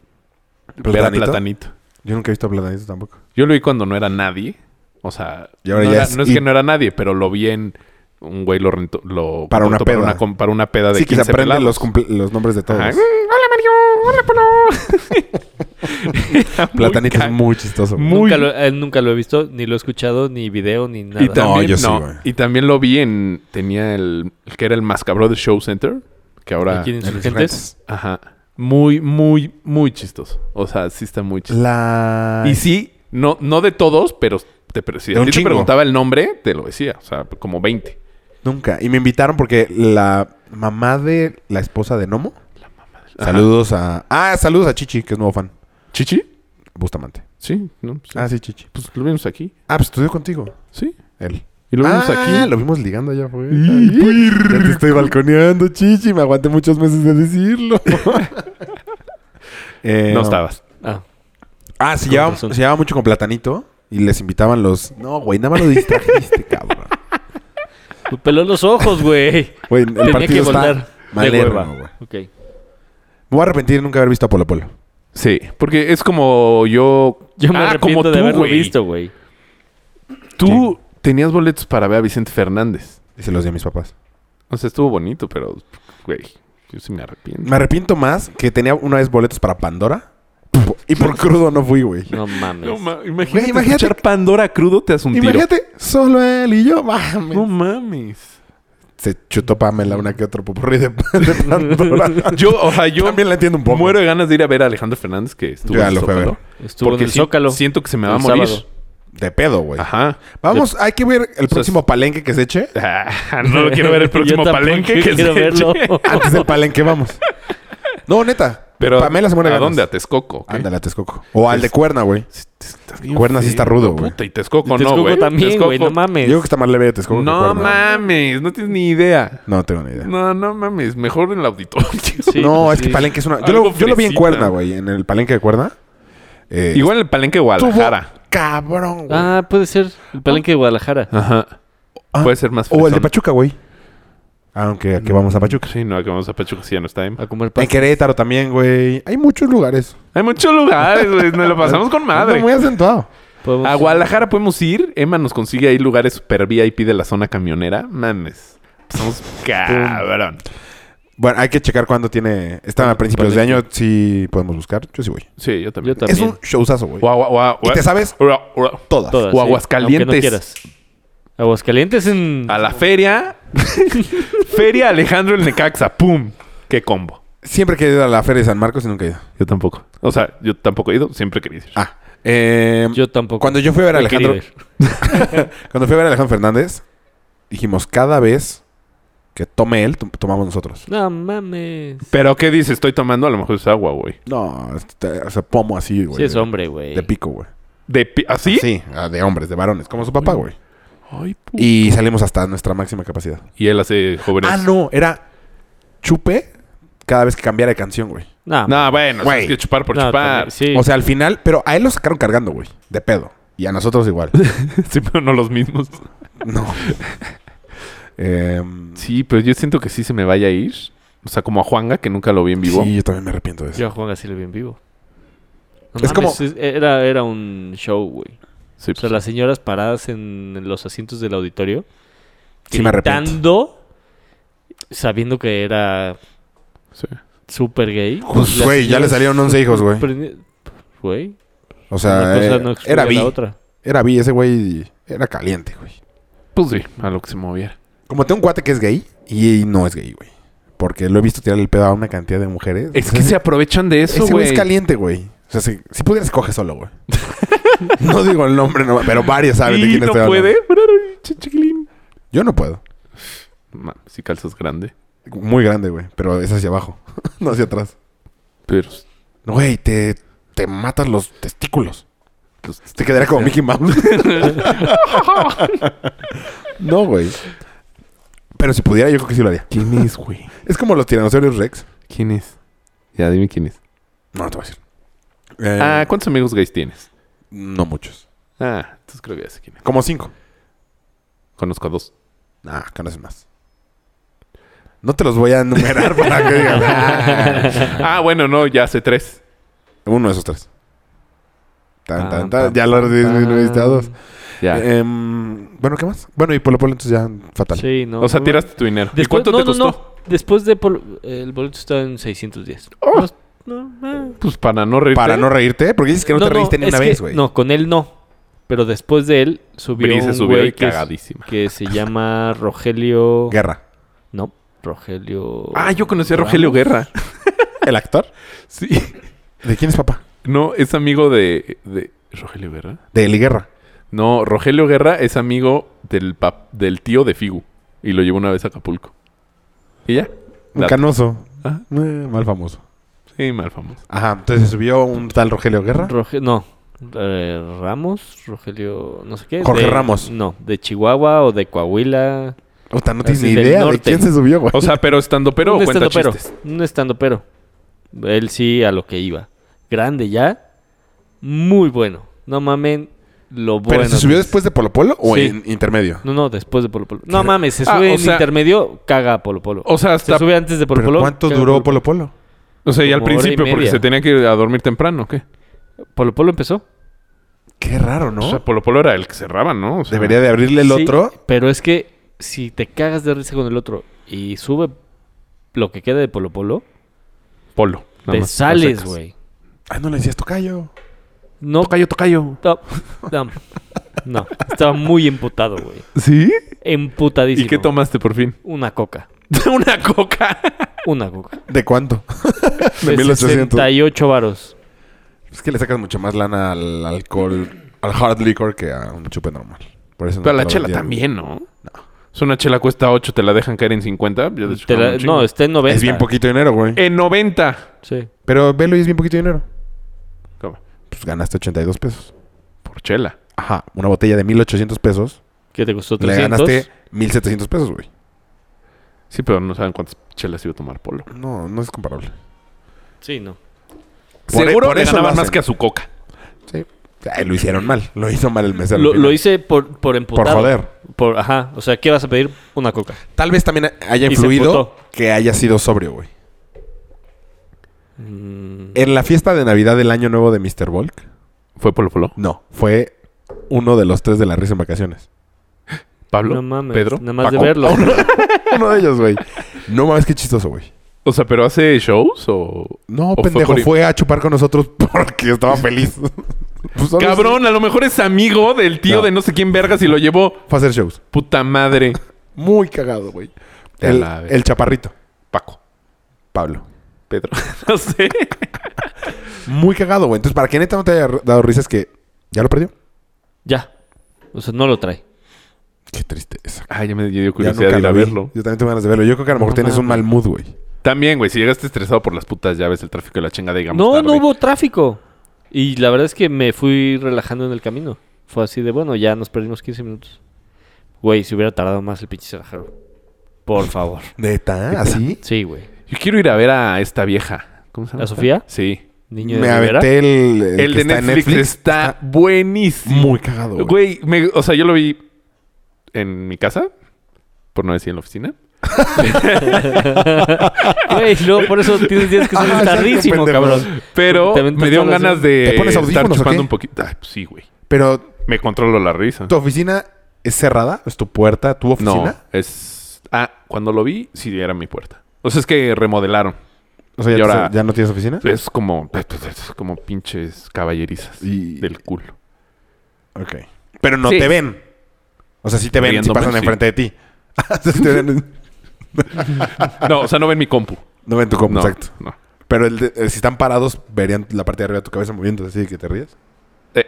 Speaker 5: ver a
Speaker 4: ¿Platanito?
Speaker 5: Platanito.
Speaker 4: Yo nunca he visto a Platanito tampoco.
Speaker 5: Yo lo vi cuando no era nadie. O sea,
Speaker 4: Y ahora
Speaker 5: no,
Speaker 4: ya
Speaker 5: era- no
Speaker 4: es
Speaker 5: es, que
Speaker 4: in.
Speaker 5: no era nadie, pero lo vi en. Un güey lo rentó. Lo
Speaker 4: Para una
Speaker 5: contrató
Speaker 4: peda.
Speaker 5: Para una, para una peda Ah, de
Speaker 4: Sí, que se
Speaker 5: 15
Speaker 4: aprenden
Speaker 5: pelados.
Speaker 4: los, cumple- los nombres de todos.
Speaker 5: Ajá. Mm, Hola Mario, hola Polo.
Speaker 4: Platanito es
Speaker 5: ca-
Speaker 4: muy chistoso. güey.
Speaker 5: pues, muy-
Speaker 1: Nunca, lo, eh, nunca lo he visto, ni lo he escuchado, ni video, ni nada.
Speaker 5: Y también,
Speaker 4: yo sí,
Speaker 5: no,
Speaker 4: güey.
Speaker 5: y también lo vi en. Tenía el. el que era el mascabro de Show Center. Que ahora.
Speaker 1: Aquí en
Speaker 4: El
Speaker 1: Insurgentes.
Speaker 4: Rats.
Speaker 5: Ajá. Muy, muy, muy chistoso. O sea, sí está muy chistoso.
Speaker 4: La...
Speaker 5: Y sí, no, no de todos, pero te, pre- si
Speaker 4: De
Speaker 5: a
Speaker 4: un
Speaker 5: ti te
Speaker 4: chingo.
Speaker 5: preguntaba el nombre, te lo decía. O sea, como 20.
Speaker 4: Nunca. Y me invitaron porque la mamá de la esposa de Nomo.
Speaker 5: Ajá.
Speaker 4: Saludos a. Ah, saludos a Chichi, que es nuevo fan.
Speaker 5: ¿Chichi?
Speaker 4: Bustamante.
Speaker 5: Sí, no, pues,
Speaker 4: Ah, sí, Chichi.
Speaker 5: pues lo vimos aquí.
Speaker 4: Ah, pues estudió contigo.
Speaker 5: Sí.
Speaker 4: Él.
Speaker 5: Y lo vimos
Speaker 4: ah,
Speaker 5: aquí.
Speaker 4: lo vimos ligando allá afuera. Ya te estoy balconeando, Chichi. Me aguanté muchos meses de decirlo. Eh,
Speaker 5: No estabas.
Speaker 1: Ah,
Speaker 4: Ah, se
Speaker 1: Con
Speaker 4: llevaba,
Speaker 1: razón.
Speaker 4: se llevaba mucho con Platanito y les invitaban los... No, güey, nada más lo distrajiste, cabrón.
Speaker 1: Me pues, peló los ojos, güey.
Speaker 4: Güey, el
Speaker 1: Tenía que
Speaker 4: partido
Speaker 1: voltar
Speaker 4: está
Speaker 1: de hueva.
Speaker 4: malerno, güey.
Speaker 1: Ok.
Speaker 4: Me voy a arrepentir de nunca haber visto a Polo Polo.
Speaker 5: Sí, porque es como yo...
Speaker 1: Yo me
Speaker 5: Ah,
Speaker 1: arrepiento de haberlo
Speaker 5: güey.
Speaker 1: visto, güey.
Speaker 5: Tú tenías boletos para ver a Vicente Fernández.
Speaker 4: Y se los di a mis papás.
Speaker 5: O sea, estuvo bonito, pero, güey, yo sí me arrepiento.
Speaker 4: Me arrepiento más que tenía una vez boletos para Pandora. Y por crudo no fui, güey.
Speaker 1: No mames.
Speaker 5: No ma-
Speaker 4: Güey, imagínate
Speaker 5: escuchar Pandora crudo, te hace un tiro.
Speaker 4: Imagínate, solo él y yo, mames.
Speaker 5: No mames.
Speaker 4: Se chutó Pamela una que otro popurrí de, de Pandora.
Speaker 5: Yo, o sea, yo
Speaker 4: también la entiendo un poco.
Speaker 5: muero de ganas de ir a ver a Alejandro Fernández que estuvo
Speaker 4: Yo ya
Speaker 5: en el
Speaker 4: lo fui a ver.
Speaker 5: Zócalo.
Speaker 1: Estuvo en el
Speaker 5: si-
Speaker 1: Zócalo.
Speaker 5: Siento que se me va a
Speaker 1: El
Speaker 5: morir.
Speaker 1: sábado.
Speaker 4: De pedo, güey.
Speaker 5: Ajá.
Speaker 4: Vamos, hay que ver el próximo palenque que se eche.
Speaker 5: Ah, no lo quiero ver el
Speaker 1: Yo
Speaker 5: próximo
Speaker 1: tampoco
Speaker 5: palenque que
Speaker 1: quiero
Speaker 5: se
Speaker 1: verlo.
Speaker 5: eche.
Speaker 4: Antes del palenque vamos. No, neta.
Speaker 5: Pero
Speaker 4: Pamela se muere de
Speaker 5: ¿A
Speaker 4: ganas.
Speaker 5: dónde? A Texcoco. ¿ok?
Speaker 4: Ándale a Texcoco. O al de Cuerna, güey.
Speaker 5: Sí, estás bien
Speaker 4: Cuerna sí
Speaker 5: feo,
Speaker 4: está rudo, güey.
Speaker 5: Puta, y Texcoco,
Speaker 1: Texcoco
Speaker 5: no, güey.
Speaker 1: también, güey.
Speaker 5: Texcoco-
Speaker 1: No mames.
Speaker 4: Yo creo que está más leve de Texcoco. que
Speaker 5: No
Speaker 4: Cuerna.
Speaker 5: mames, no tienes ni idea.
Speaker 4: No tengo ni idea.
Speaker 5: No, no mames, mejor en el auditorio.
Speaker 1: Sí, pues
Speaker 4: no, es
Speaker 1: sí.
Speaker 5: este
Speaker 4: que Palenque es una. Yo,
Speaker 5: Algo
Speaker 4: lo, yo lo vi en
Speaker 5: fresita.
Speaker 4: Cuerna, güey. En el Palenque de Cuerna. Eh,
Speaker 5: Igual en el palenque de
Speaker 4: estuvo
Speaker 5: Guadalajara.
Speaker 4: Cabrón, güey.
Speaker 1: Ah, puede ser. El palenque de Guadalajara.
Speaker 5: Ajá.
Speaker 4: Ah,
Speaker 5: Puede ser más
Speaker 4: o el de
Speaker 5: fresón.
Speaker 4: Pachuca, güey. Aunque aquí vamos a Pachuca.
Speaker 5: Sí, no, que vamos a Pachuca si ya no está ahí.
Speaker 1: A comer
Speaker 4: En
Speaker 1: pan.
Speaker 4: Querétaro también, güey. Hay muchos lugares.
Speaker 5: Hay muchos lugares, güey. Nos lo pasamos con
Speaker 4: Anda
Speaker 5: madre.
Speaker 4: Muy acentuado.
Speaker 1: Podemos-
Speaker 5: A Guadalajara podemos ir. Emma nos consigue ahí lugares super VIP de la zona camionera. Mames. Pasamos cabrón.
Speaker 4: Bueno, hay que checar cuándo tiene. Están a principios de año. Si podemos buscar, yo sí voy.
Speaker 5: Sí, yo
Speaker 1: Yo
Speaker 5: también.
Speaker 1: también.
Speaker 4: Es un showzazo, güey.
Speaker 5: O agua- o agua-
Speaker 4: Y te sabes
Speaker 5: o- o-
Speaker 4: todas.
Speaker 1: Todas,
Speaker 5: o
Speaker 1: sí.
Speaker 5: Aguascalientes.
Speaker 1: Aunque no quieras. Aguascalientes en...
Speaker 5: A la feria. feria Alejandro el Necaxa. ¡Pum! ¡Qué combo!
Speaker 4: Siempre he querido ir a la Feria de San Marcos y nunca he ido.
Speaker 5: Yo tampoco. O sea, yo tampoco he ido. Siempre quería ir.
Speaker 4: Ah. eh,
Speaker 1: Yo tampoco.
Speaker 4: Cuando yo fui a ver a
Speaker 1: He
Speaker 4: Alejandro.
Speaker 1: querido ir.
Speaker 4: Cuando fui a ver a Alejandro Fernández, dijimos cada vez que tome él, tom- tomamos nosotros.
Speaker 1: No mames.
Speaker 5: Pero ¿qué dices? Estoy tomando. A lo mejor es agua, güey.
Speaker 4: No, este, o sea, pomo así, güey.
Speaker 1: Sí es
Speaker 4: de-
Speaker 1: hombre, güey.
Speaker 4: De pico, güey.
Speaker 5: De pi- ¿Así?
Speaker 4: Sí, ah, de hombres, de varones, como su papá, güey.
Speaker 5: Ay, pu- y,
Speaker 4: Y salimos hasta nuestra máxima capacidad.
Speaker 5: él hace jóvenes.
Speaker 4: Ah, no, era chupe cada vez que cambiara de canción, güey.
Speaker 1: No,
Speaker 5: No, Ah, bueno,
Speaker 4: Güey.
Speaker 5: es que chupar por
Speaker 1: no,
Speaker 5: chupar.
Speaker 1: también- Sí.
Speaker 4: O sea, al final, pero a él lo sacaron cargando, güey, de pedo. Y a nosotros igual.
Speaker 5: Sí, pero no los mismos.
Speaker 4: no. Em,
Speaker 5: Sí, pero yo siento que sí se me vaya a ir. O sea, como a Juanga, que nunca lo vi en vivo.
Speaker 4: Sí, yo también me arrepiento de eso.
Speaker 1: Yo a Juan así lo vi en vivo. No
Speaker 4: Es como-
Speaker 1: Era, era un show, güey.
Speaker 5: Sí,
Speaker 1: O sea,
Speaker 5: pues.
Speaker 1: las señoras paradas en los asientos del auditorio.
Speaker 4: Sí me arrepiento.
Speaker 1: gritando, sabiendo que era
Speaker 5: Sí.
Speaker 1: súper gay.
Speaker 4: Pues,
Speaker 1: Las
Speaker 4: güey, ya le
Speaker 1: señoras
Speaker 4: salieron 11 hijos, güey.
Speaker 1: prendi- Güey.
Speaker 4: O sea,
Speaker 1: una cosa
Speaker 4: eh,
Speaker 1: no excluye
Speaker 4: era
Speaker 1: a
Speaker 4: bi.
Speaker 1: la otra.
Speaker 4: Era bi, ese güey era caliente, güey.
Speaker 5: Pues sí, a lo que se moviera.
Speaker 4: Como tengo un cuate que es gay y no es gay, güey. Porque lo he visto tirar el pedo a una cantidad de mujeres.
Speaker 5: Es que se aprovechan de eso,
Speaker 4: Ese güey
Speaker 5: güey.
Speaker 4: es caliente, güey. O sea, si, si pudieras, coge solo, güey. no digo el nombre, no, pero varios saben de
Speaker 5: Y
Speaker 4: quién
Speaker 5: no
Speaker 4: estoy hablando.
Speaker 5: puede. Ch- chiquilín.
Speaker 4: Yo no puedo.
Speaker 5: Ma, si calzas grande.
Speaker 4: Muy grande, güey. Pero es hacia abajo, no hacia atrás.
Speaker 5: Pero
Speaker 4: Güey, te, te matas los testículos.
Speaker 5: pues,
Speaker 4: Te quedaría como Mickey Mouse. no, güey. Pero si pudiera, yo creo que sí lo haría.
Speaker 5: ¿quién es, güey?
Speaker 4: Es como los tiranosaurios Rex.
Speaker 5: ¿Quién es? Ya, dime quién es.
Speaker 4: No, no te voy a decir. Eh,
Speaker 5: Ah, ¿cuántos amigos gays tienes?
Speaker 4: no muchos.
Speaker 5: Ah, entonces creo que ya sé quién es.
Speaker 4: Como cinco.
Speaker 5: Conozco a dos.
Speaker 4: Ah, conocen más. No te los voy a enumerar para que digas. "Ah".
Speaker 5: ah, bueno, no, ya sé tres.
Speaker 4: Uno de esos tres. Tan, tan,
Speaker 1: Pam,
Speaker 4: tan.
Speaker 1: pam,
Speaker 4: Ya lo
Speaker 1: pam,
Speaker 4: disminuiste a
Speaker 1: pam.
Speaker 4: dos.
Speaker 5: Ya.
Speaker 4: Eh, em, bueno, ¿qué más? Bueno, y Polo Polo entonces ya fatal.
Speaker 1: Sí, no.
Speaker 5: o sea,
Speaker 1: no,
Speaker 5: tiraste tu dinero. ¿Y
Speaker 1: Después-
Speaker 5: cuánto
Speaker 1: no,
Speaker 5: te
Speaker 1: no,
Speaker 5: costó?
Speaker 1: no. Después de... pol- El boleto está en 610.
Speaker 4: Oh,
Speaker 1: No, no, ah.
Speaker 5: Pues para no reírte.
Speaker 4: Para no reírte, porque dices que no, te reíste ni
Speaker 1: es
Speaker 4: una
Speaker 1: que-
Speaker 4: vez, güey.
Speaker 1: No, con él no. Pero después de él subió
Speaker 5: Bri se
Speaker 1: un
Speaker 5: subió
Speaker 1: güey
Speaker 5: y
Speaker 1: que, es-
Speaker 5: cagadísima.
Speaker 1: que se llama Rogelio...
Speaker 4: Guerra.
Speaker 1: No, Rogelio...
Speaker 5: Ah, yo conocí a Rogelio Guerra.
Speaker 4: ¿El actor?
Speaker 5: Sí.
Speaker 4: ¿De quién es papá?
Speaker 5: No, es amigo de, de- ¿Rogelio Guerra?
Speaker 4: De Eli Guerra.
Speaker 5: No, Rogelio Guerra es amigo del, pap- del tío de Figu. Y lo llevó una vez a Acapulco. ¿Y ya?
Speaker 4: Un
Speaker 5: Dato.
Speaker 4: canoso.
Speaker 5: Ah.
Speaker 4: Eh, mal famoso.
Speaker 5: Sí, mal famoso.
Speaker 4: Ajá, entonces subió un tal Rogelio Guerra.
Speaker 1: Roge- no. eh, Ramos, Rogelio, no sé qué.
Speaker 4: Jorge
Speaker 1: de-
Speaker 4: Ramos.
Speaker 1: No, de Chihuahua o de Coahuila.
Speaker 4: Puta, no tienes
Speaker 1: Así
Speaker 4: ni
Speaker 1: del
Speaker 4: idea de
Speaker 1: norte.
Speaker 4: quién se subió, güey.
Speaker 5: O sea, pero estando pero o
Speaker 1: un
Speaker 5: cuenta
Speaker 1: estando pero.
Speaker 5: chistes.
Speaker 1: Un estando pero. Él sí a lo que iba. Grande ya. muy bueno. No mamen lo bueno.
Speaker 4: ¿Pero se
Speaker 1: que
Speaker 4: subió
Speaker 1: es.
Speaker 4: después de Polo Polo o
Speaker 1: Sí.
Speaker 4: en intermedio?
Speaker 1: No, no, después de Polo Polo. No
Speaker 4: ¿Qué?
Speaker 1: mames, se
Speaker 5: Ah,
Speaker 1: sube
Speaker 5: o
Speaker 1: en
Speaker 5: sea-
Speaker 1: intermedio, caga a Polo Polo.
Speaker 5: O sea, hasta.
Speaker 1: se sube antes de Polo
Speaker 4: ¿Pero
Speaker 1: Polo.
Speaker 4: cuánto
Speaker 1: caga
Speaker 4: duró Polo Polo?
Speaker 5: O sea, ya al
Speaker 1: como hora y
Speaker 5: principio, porque
Speaker 1: media.
Speaker 5: se tenía que ir a dormir temprano, ¿o ¿qué?
Speaker 1: Polo Polo empezó.
Speaker 4: Qué raro, ¿no?
Speaker 5: O sea, Polo Polo era el que cerraba, ¿no? O sea,
Speaker 4: Debería de abrirle el
Speaker 1: Sí,
Speaker 4: otro.
Speaker 1: Pero es que si te cagas de risa con el otro y sube lo que queda de Polo Polo,
Speaker 5: Polo. nada
Speaker 1: te
Speaker 5: más, a
Speaker 1: sales,
Speaker 5: secas.
Speaker 1: güey.
Speaker 4: Ah, no le decías tocayo.
Speaker 1: No,
Speaker 5: Tocayo, tocayo.
Speaker 1: no, no, no. Estaba muy emputado, güey.
Speaker 5: ¿Sí?
Speaker 1: Emputadísimo.
Speaker 5: ¿Y qué tomaste por fin?
Speaker 1: Una coca.
Speaker 5: Una coca.
Speaker 1: Una coca.
Speaker 4: ¿De cuánto?
Speaker 1: De
Speaker 4: 1800.
Speaker 1: 68 varos.
Speaker 4: Es que le sacas mucho más lana al alcohol, al hard liquor que a un chupe normal. Por eso no
Speaker 5: Pero
Speaker 4: te
Speaker 5: la
Speaker 4: lo
Speaker 5: chela
Speaker 4: vendían.
Speaker 5: también, ¿no? No. Si una chela cuesta 8, te la dejan caer en 50. yo les
Speaker 1: Te
Speaker 5: chocaba
Speaker 1: la-
Speaker 5: un chingo.
Speaker 1: no, está en 90.
Speaker 4: Es bien poquito dinero, güey.
Speaker 5: En 90.
Speaker 1: Sí.
Speaker 4: Pero velo y es bien poquito dinero.
Speaker 5: ¿Cómo?
Speaker 4: Pues ganaste 82 pesos.
Speaker 5: Por chela.
Speaker 4: Ajá. Una botella de 1800 pesos.
Speaker 1: ¿Qué te costó?
Speaker 4: Le
Speaker 1: 300.
Speaker 4: ganaste 1700 pesos, güey.
Speaker 5: Sí, pero no saben cuántas chelas iba a tomar Polo.
Speaker 4: No, no es comparable.
Speaker 1: Sí, no.
Speaker 4: Por- e-
Speaker 5: Seguro
Speaker 4: por
Speaker 5: le
Speaker 4: eso lo
Speaker 5: ganaban más
Speaker 4: hacen.
Speaker 5: que a su coca.
Speaker 4: Sí. Ay, lo hicieron mal. Lo hizo mal el mesero. al
Speaker 1: Lo,
Speaker 4: final.
Speaker 1: lo hice por, por emputado.
Speaker 4: Por joder.
Speaker 1: Por, ajá. O sea, ¿qué vas a pedir? Una coca.
Speaker 4: Tal vez también haya
Speaker 1: Y se
Speaker 4: influido
Speaker 1: emputó.
Speaker 4: que haya sido sobrio, güey.
Speaker 1: Mm,
Speaker 5: Eh,
Speaker 4: En la fiesta de Navidad del año nuevo de Mr. Volk.
Speaker 5: ¿Fue Polo Polo?
Speaker 4: No. Fue uno de los tres de la risa en vacaciones.
Speaker 5: ¿Pablo?
Speaker 1: no mames.
Speaker 5: ¿Pedro?
Speaker 1: Nada más
Speaker 5: ¿Paco?
Speaker 1: de verlo.
Speaker 4: Uno de ellos, güey. No mames, qué chistoso, güey.
Speaker 5: O sea, ¿pero hace shows o...?
Speaker 4: No,
Speaker 5: o fue
Speaker 4: pendejo,
Speaker 5: por-
Speaker 4: fue, a chupar con nosotros porque estaba feliz. Pues, solo
Speaker 5: Cabrón, a lo mejor es amigo del tío
Speaker 4: No.
Speaker 5: de no sé quién vergas y lo llevó.
Speaker 4: Fue a hacer shows.
Speaker 5: Puta madre.
Speaker 4: Muy cagado, güey.
Speaker 5: Te
Speaker 4: El,
Speaker 5: la ve.
Speaker 4: el chaparrito,
Speaker 5: Paco.
Speaker 4: Pablo.
Speaker 5: Pedro. no sé.
Speaker 4: Muy cagado, güey. Entonces, para que neta no te haya dado risa es que ya lo perdió.
Speaker 1: ya. O sea, no lo trae.
Speaker 4: Qué tristeza.
Speaker 5: Ay, ya me dio
Speaker 4: Ya
Speaker 5: curiosidad de
Speaker 4: nunca
Speaker 5: ir a
Speaker 4: lo vi.
Speaker 5: verlo.
Speaker 4: Yo también tengo ganas de verlo. Yo creo que a lo mejor
Speaker 1: No
Speaker 4: tienes un mal
Speaker 1: mames.
Speaker 4: mood, güey.
Speaker 5: También, güey, si llegaste estresado por las putas llaves, el tráfico y la chingada, digamos
Speaker 1: No,
Speaker 5: tarde.
Speaker 1: no hubo tráfico. Y la verdad es que me fui relajando en el camino. Fue así de, bueno, ya nos perdimos 15 minutos. Güey, si hubiera tardado más el pinche cerrajero. Por favor.
Speaker 4: Neta, así.
Speaker 1: Sí, güey.
Speaker 5: Yo quiero ir a ver a esta vieja. ¿Cómo se llama?
Speaker 1: ¿A Sofía?
Speaker 5: Sí.
Speaker 1: Niño de
Speaker 4: Me
Speaker 1: Rivera.
Speaker 4: aventé el,
Speaker 5: El,
Speaker 4: que
Speaker 5: de
Speaker 4: está en
Speaker 5: Netflix, está, buenísimo.
Speaker 4: muy cagado, güey.
Speaker 5: Güey, me- o sea, yo lo vi en mi casa, por no decir en la oficina.
Speaker 1: Güey, luego por eso tienes días que
Speaker 5: Ah,
Speaker 4: Ajá,
Speaker 1: son
Speaker 4: exacto,
Speaker 1: tardísimo,
Speaker 4: pendejo.
Speaker 1: cabrón.
Speaker 5: Pero
Speaker 1: Te aventas
Speaker 5: me dieron
Speaker 1: todas las-
Speaker 5: ganas de
Speaker 4: ¿Te pones
Speaker 5: estar
Speaker 4: audífonos o
Speaker 5: chupando
Speaker 4: qué?
Speaker 5: un poquito. Ah, sí, güey.
Speaker 4: Pero,
Speaker 5: Me controlo la risa.
Speaker 4: ¿tu oficina es cerrada? ¿Es tu puerta? ¿Tu
Speaker 5: No,
Speaker 4: oficina?
Speaker 5: es... Ah, cuando lo vi, sí era mi puerta. O sea, es que remodelaron.
Speaker 4: O sea,
Speaker 5: Y
Speaker 4: ¿ya,
Speaker 5: ahora-
Speaker 4: ya no tienes oficina?
Speaker 5: Es como... Es como pinches caballerizas
Speaker 4: Y-
Speaker 5: del culo.
Speaker 4: Ok. Pero no
Speaker 5: Sí.
Speaker 4: te ven. O sea, sí te ven, si
Speaker 5: Riéndome,
Speaker 4: pasan
Speaker 5: sí.
Speaker 4: enfrente de ti. Sí te ven.
Speaker 5: No, o sea, no ven mi compu.
Speaker 4: No ven tu compu,
Speaker 5: No,
Speaker 4: exacto.
Speaker 5: no.
Speaker 4: Pero el de- eh, si están parados, verían la parte de arriba de tu cabeza moviéndose así de que te ríes.
Speaker 5: Eh,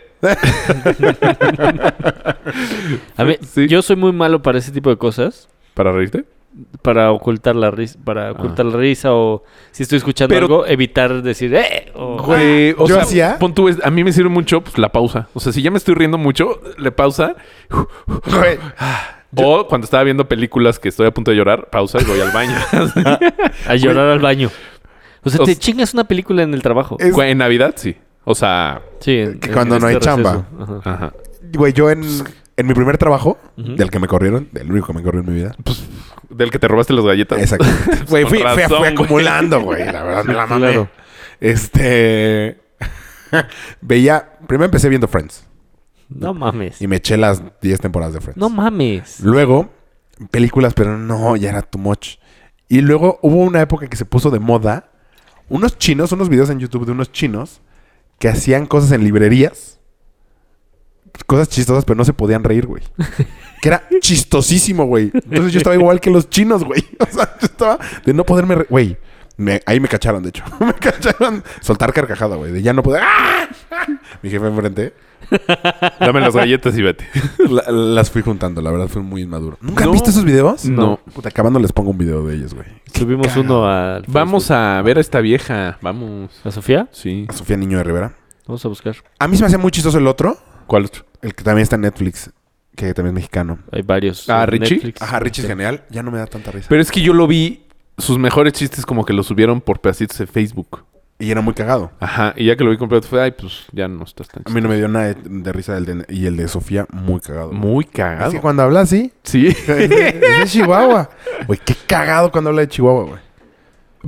Speaker 1: A ver,
Speaker 5: Sí.
Speaker 1: yo soy muy malo para ese tipo de cosas.
Speaker 5: ¿Para reírte?
Speaker 1: Para ocultar la risa, para ocultar la risa o si estoy escuchando
Speaker 5: Pero-
Speaker 1: algo, evitar decir, ¡eh! o-
Speaker 5: Güey, o
Speaker 4: yo
Speaker 5: sea,
Speaker 4: hacía-
Speaker 5: pon tú, es- a mí me sirve mucho pues, la pausa. O sea, si ya me estoy riendo mucho, le pausa. O cuando estaba viendo películas que estoy a punto de llorar, pausa y voy al baño.
Speaker 1: A llorar al baño. O sea,
Speaker 5: O
Speaker 1: te
Speaker 5: sea-
Speaker 1: chingas una película en el trabajo.
Speaker 4: Es-
Speaker 5: Güey, en Navidad, sí. O sea,
Speaker 1: sí, en-
Speaker 4: que
Speaker 1: en
Speaker 4: cuando no hay chamba.
Speaker 1: receso. Ajá.
Speaker 5: ajá.
Speaker 4: Güey, yo en,
Speaker 5: Pues,
Speaker 4: en mi primer trabajo, del que me corrieron, del único que me corrió en mi vida.
Speaker 5: Del que te robaste las galletas.
Speaker 4: Exacto. Güey, fui,
Speaker 5: Con
Speaker 4: fui-
Speaker 5: razón,
Speaker 4: fui
Speaker 5: güey.
Speaker 4: acumulando, güey. La verdad, me la mamé.
Speaker 1: Claro.
Speaker 4: Este. Veía. Primero empecé viendo Friends.
Speaker 1: No mames.
Speaker 4: Y me eché las 10 temporadas de Friends.
Speaker 1: No mames.
Speaker 4: Luego, películas, pero no, ya era too much. Y luego hubo una época que se puso de moda unos chinos, unos videos en YouTube de unos chinos que hacían cosas en librerías. Cosas chistosas, pero no se podían reír, güey. Que era chistosísimo, güey. Entonces yo estaba igual que los chinos, güey. O sea, yo estaba de no poderme... re- Güey, me- ahí me cacharon, de hecho. Me cacharon soltar carcajada, güey. De ya no poder... ¡Ah! Mi jefe enfrente.
Speaker 5: Dame las galletas y vete.
Speaker 4: Pues, La- las fui juntando, la verdad, fue muy inmaduro. ¿Nunca
Speaker 5: No.
Speaker 4: han visto esos videos?
Speaker 5: No.
Speaker 4: Puta, acabando les pongo un video de ellos, güey.
Speaker 1: Subimos uno al.
Speaker 5: Vamos a ver a esta vieja. Vamos.
Speaker 1: ¿A Sofía?
Speaker 5: Sí.
Speaker 4: A Sofía Niño de Rivera.
Speaker 1: Vamos a buscar.
Speaker 4: A mí se me hace muy chistoso el otro,
Speaker 5: ¿Cuál otro?
Speaker 4: el que también está en Netflix, que también es mexicano. Este,
Speaker 1: Hay varios.
Speaker 5: Ah,
Speaker 1: en
Speaker 5: Richie.
Speaker 1: Netflix.
Speaker 4: Ajá, Rich es genial. Ya no me da tanta risa.
Speaker 5: Pero es que yo lo vi. Sus mejores chistes como que lo subieron por pedacitos de Facebook.
Speaker 4: Y era muy cagado.
Speaker 5: Ajá, y ya que lo vi completo fue, ay, pues ya no estás tan
Speaker 4: A mí no me dio nada de, de risa el de, y el de Sofía, muy cagado.
Speaker 5: Muy
Speaker 4: Es
Speaker 5: cagado.
Speaker 4: que cuando habla así,
Speaker 5: Sí.
Speaker 4: es de, es de Chihuahua. Güey, qué cagado cuando habla de Chihuahua, güey.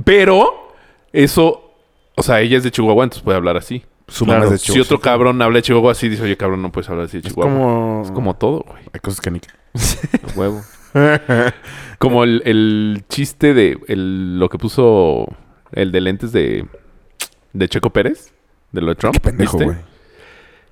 Speaker 5: Pero eso, o sea, ella es de Chihuahua, entonces puede hablar así.
Speaker 4: Su
Speaker 1: Claro,
Speaker 4: mamá es de
Speaker 5: Si
Speaker 4: Chihuahua.
Speaker 5: otro cabrón habla de Chihuahua así, dice, oye, cabrón, no puedes hablar así de
Speaker 4: es
Speaker 5: Chihuahua.
Speaker 4: como...
Speaker 5: Es como todo, güey.
Speaker 4: Hay cosas que ni...
Speaker 1: A huevo.
Speaker 5: Como el, el chiste de el- lo que puso el de lentes de, de Checo Pérez, de lo de Trump.
Speaker 4: Qué pendejo,
Speaker 5: ¿viste?
Speaker 4: güey.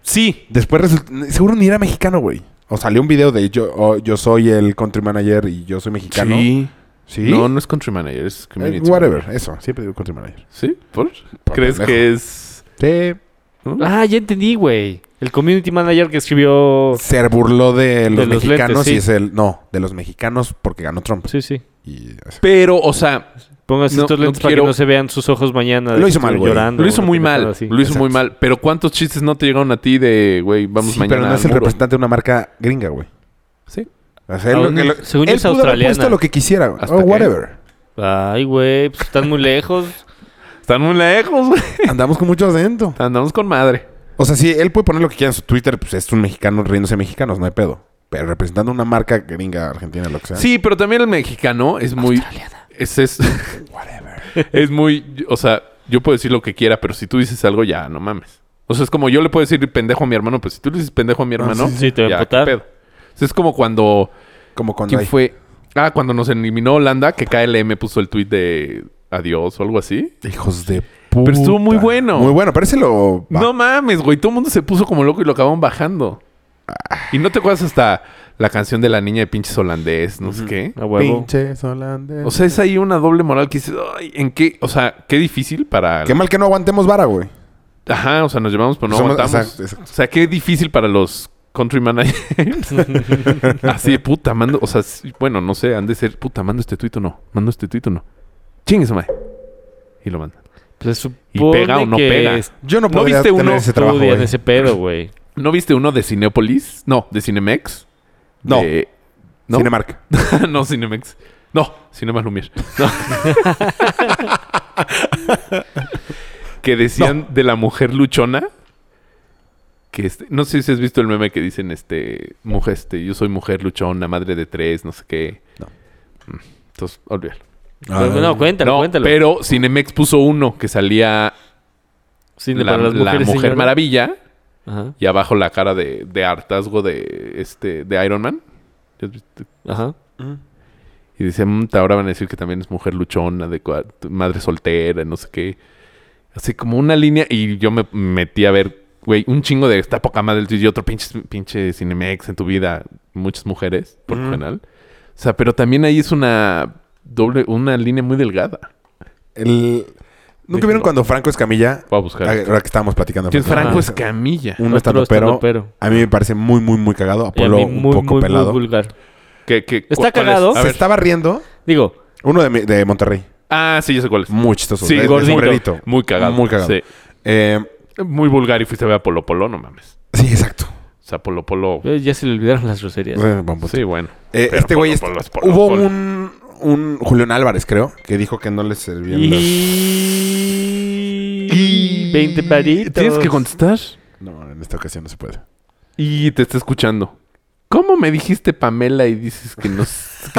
Speaker 5: Sí.
Speaker 4: Después resulta... Seguro ni era mexicano, güey. O salió un video de yo, oh, yo soy el country manager y yo soy mexicano.
Speaker 5: Sí.
Speaker 4: ¿Sí?
Speaker 5: No, no es country manager, es
Speaker 4: Eh,
Speaker 5: community.
Speaker 4: whatever,
Speaker 5: manager.
Speaker 4: eso. Siempre digo country manager.
Speaker 5: ¿Sí? ¿Por?
Speaker 4: Por
Speaker 5: ¿Crees
Speaker 4: pendejo.
Speaker 5: que es...?
Speaker 4: Sí.
Speaker 5: ¿no?
Speaker 1: Ah, ya entendí, güey. El community manager que escribió.
Speaker 4: Se burló de los,
Speaker 1: De los lentes,
Speaker 4: mexicanos
Speaker 1: sí.
Speaker 4: y es el... No, de los mexicanos porque ganó Trump.
Speaker 1: Sí, sí.
Speaker 4: Y-
Speaker 5: Pero, o sea,
Speaker 1: Póngase
Speaker 5: No,
Speaker 1: estos
Speaker 5: no
Speaker 1: lentes para
Speaker 5: quiero-
Speaker 1: que no se vean sus ojos mañana. de
Speaker 4: Lo
Speaker 1: que
Speaker 4: hizo
Speaker 1: estoy
Speaker 4: mal, güey.
Speaker 1: llorando,
Speaker 5: lo hizo
Speaker 1: una
Speaker 5: muy
Speaker 1: pendejada
Speaker 5: mal.
Speaker 1: así.
Speaker 5: Lo hizo muy
Speaker 4: Exacto.
Speaker 5: mal. Pero ¿cuántos chistes no te llegaron a ti de, güey, vamos
Speaker 4: Sí,
Speaker 5: mañana
Speaker 4: pero no es
Speaker 5: al
Speaker 4: el
Speaker 5: muro?
Speaker 4: representante de una marca gringa, güey.
Speaker 5: Sí.
Speaker 4: O sea, él,
Speaker 1: Aún-
Speaker 4: él-
Speaker 1: según yo
Speaker 4: él
Speaker 1: es
Speaker 4: pudo haber
Speaker 1: australiana.
Speaker 4: puesto lo que quisiera, güey.
Speaker 5: ¿Hasta
Speaker 4: Oh,
Speaker 5: qué?
Speaker 4: whatever.
Speaker 1: Ay, güey, pues están muy lejos.
Speaker 5: Están muy lejos, güey.
Speaker 4: Andamos con mucho acento.
Speaker 5: Andamos con madre.
Speaker 4: O sea, si él puede poner lo que quiera en su Twitter, pues es un mexicano riéndose de mexicanos, no hay pedo. Pero representando una marca gringa, argentina, lo que sea.
Speaker 5: Sí, pero también el mexicano es muy... Es, es,
Speaker 4: Whatever.
Speaker 5: es muy... O sea, yo puedo decir lo que quiera, pero si tú dices algo, ya, no mames. O sea, es como yo le puedo decir pendejo a mi hermano, pero si tú le dices pendejo a mi hermano...
Speaker 1: Ah, sí, sí, te va a
Speaker 5: ya,
Speaker 1: emputar.
Speaker 5: ¿qué pedo? O sea, es como cuando...
Speaker 4: Como cuando
Speaker 5: ¿Quién
Speaker 4: hay...
Speaker 5: fue? Ah, cuando nos eliminó Holanda, que KLM puso el tuit de adiós o algo así.
Speaker 4: Hijos de puta.
Speaker 5: Pero estuvo muy bueno.
Speaker 4: Muy bueno, parece lo... va.
Speaker 5: No mames, güey. Todo el mundo se puso como loco y lo acabaron bajando.
Speaker 1: Ah.
Speaker 5: Y no te acuerdas hasta la canción de la niña de pinches holandés, no sé qué.
Speaker 1: A huevo.
Speaker 4: Pinches holandeses.
Speaker 5: O sea, es ahí una doble moral que dices, ay, ¿en qué? O sea, qué difícil para...
Speaker 4: Qué mal que no aguantemos vara, güey.
Speaker 5: Ajá, o sea, nos llevamos pero no
Speaker 4: Somos-
Speaker 5: aguantamos.
Speaker 4: exacto, exacto.
Speaker 5: O sea, qué difícil para los country managers. Así de puta, mando... O sea, sí, bueno, no sé, han de ser, puta, mando este tuit o no. Mando este tuit o no. Chingue su madre. Y lo mandan.
Speaker 1: Pues
Speaker 5: ¿Y
Speaker 1: supone
Speaker 5: pega o no
Speaker 1: que
Speaker 5: pega?
Speaker 1: es-
Speaker 4: Yo no
Speaker 5: ¿No
Speaker 4: podría
Speaker 5: viste
Speaker 4: tener
Speaker 5: uno?
Speaker 4: ese trabajo,
Speaker 1: estudian
Speaker 4: güey.
Speaker 1: ese pedo, güey.
Speaker 5: ¿No viste uno de Cinépolis? No, de Cinemex.
Speaker 4: No.
Speaker 5: De- ¿No?
Speaker 4: Cinemark.
Speaker 5: no, Cinemex. No, Cinemas Lumière. No. que decían de la mujer luchona. Que este, no sé si has visto el meme que dicen este mujer, este, yo soy mujer luchona, madre de tres, no sé qué.
Speaker 4: No.
Speaker 5: Mm, Entonces, olvídalo.
Speaker 1: Pero,
Speaker 4: Ah.
Speaker 1: no, cuéntalo,
Speaker 5: No,
Speaker 1: cuéntalo.
Speaker 5: pero Cinemex puso uno que salía
Speaker 1: Cine
Speaker 5: la,
Speaker 1: para las
Speaker 5: la
Speaker 1: mujeres,
Speaker 5: mujer
Speaker 1: señora.
Speaker 5: maravilla
Speaker 1: Ajá,
Speaker 5: y abajo la cara de, de hartazgo de este de Iron Man. ¿Ya has visto?
Speaker 1: ajá.
Speaker 5: Y dice, "Mm, ahora van a decir que también es mujer luchona, de cua- madre soltera, no sé qué. Así como una línea. Y yo me metí a ver, güey, un chingo de esta poca madre y otro pinche, pinche Cinemex en tu vida. Muchas mujeres, por lo general. O sea, pero también ahí es una doble, una línea muy delgada.
Speaker 4: El... ¿Nunca vieron cuando Franco Escamilla... ah,
Speaker 5: Voy a buscar.
Speaker 4: Ahora que estábamos platicando.
Speaker 5: ¿Quién es Franco
Speaker 1: Ajá.
Speaker 5: Escamilla?
Speaker 4: Un
Speaker 1: Otro
Speaker 4: estandopero.
Speaker 1: estandopero.
Speaker 4: A mí me parece muy, muy, muy cagado.
Speaker 1: Y a
Speaker 4: Apolo
Speaker 1: mí
Speaker 4: un
Speaker 1: muy,
Speaker 4: poco
Speaker 1: muy, muy
Speaker 4: pelado.
Speaker 1: vulgar.
Speaker 5: ¿Qué- qué- cu-
Speaker 1: Está
Speaker 5: cuál es?
Speaker 1: cagado.
Speaker 5: A
Speaker 4: Se
Speaker 5: ver.
Speaker 4: estaba riendo.
Speaker 1: Digo,
Speaker 4: Uno de, mi- de Monterrey.
Speaker 5: Ah, sí, yo sé cuál es.
Speaker 4: Muy chistoso.
Speaker 5: Sí,
Speaker 4: Es- es
Speaker 5: gordito.
Speaker 4: sombrerito.
Speaker 5: Muy cagado.
Speaker 4: Muy cagado.
Speaker 5: Sí.
Speaker 4: Eh,
Speaker 5: Muy vulgar y fuiste a ver a Polo Polo, no mames.
Speaker 4: sí, exacto.
Speaker 5: O sea, Polo Polo.
Speaker 1: eh, ya se le olvidaron las groserías. Este
Speaker 4: Eh, buen punto.
Speaker 5: Sí, bueno.
Speaker 4: Eh,
Speaker 5: Pero
Speaker 4: este güey,
Speaker 5: Polo
Speaker 4: este-
Speaker 5: Polo es Polo
Speaker 4: hubo
Speaker 5: Polo.
Speaker 4: un, un Julián Álvarez, creo, que dijo que no le servían las...
Speaker 1: Y... 20 paritos.
Speaker 5: Tienes que contestar.
Speaker 4: No, en esta ocasión no se puede.
Speaker 5: Y te está escuchando. ¿Cómo me dijiste Pamela y dices que no? s-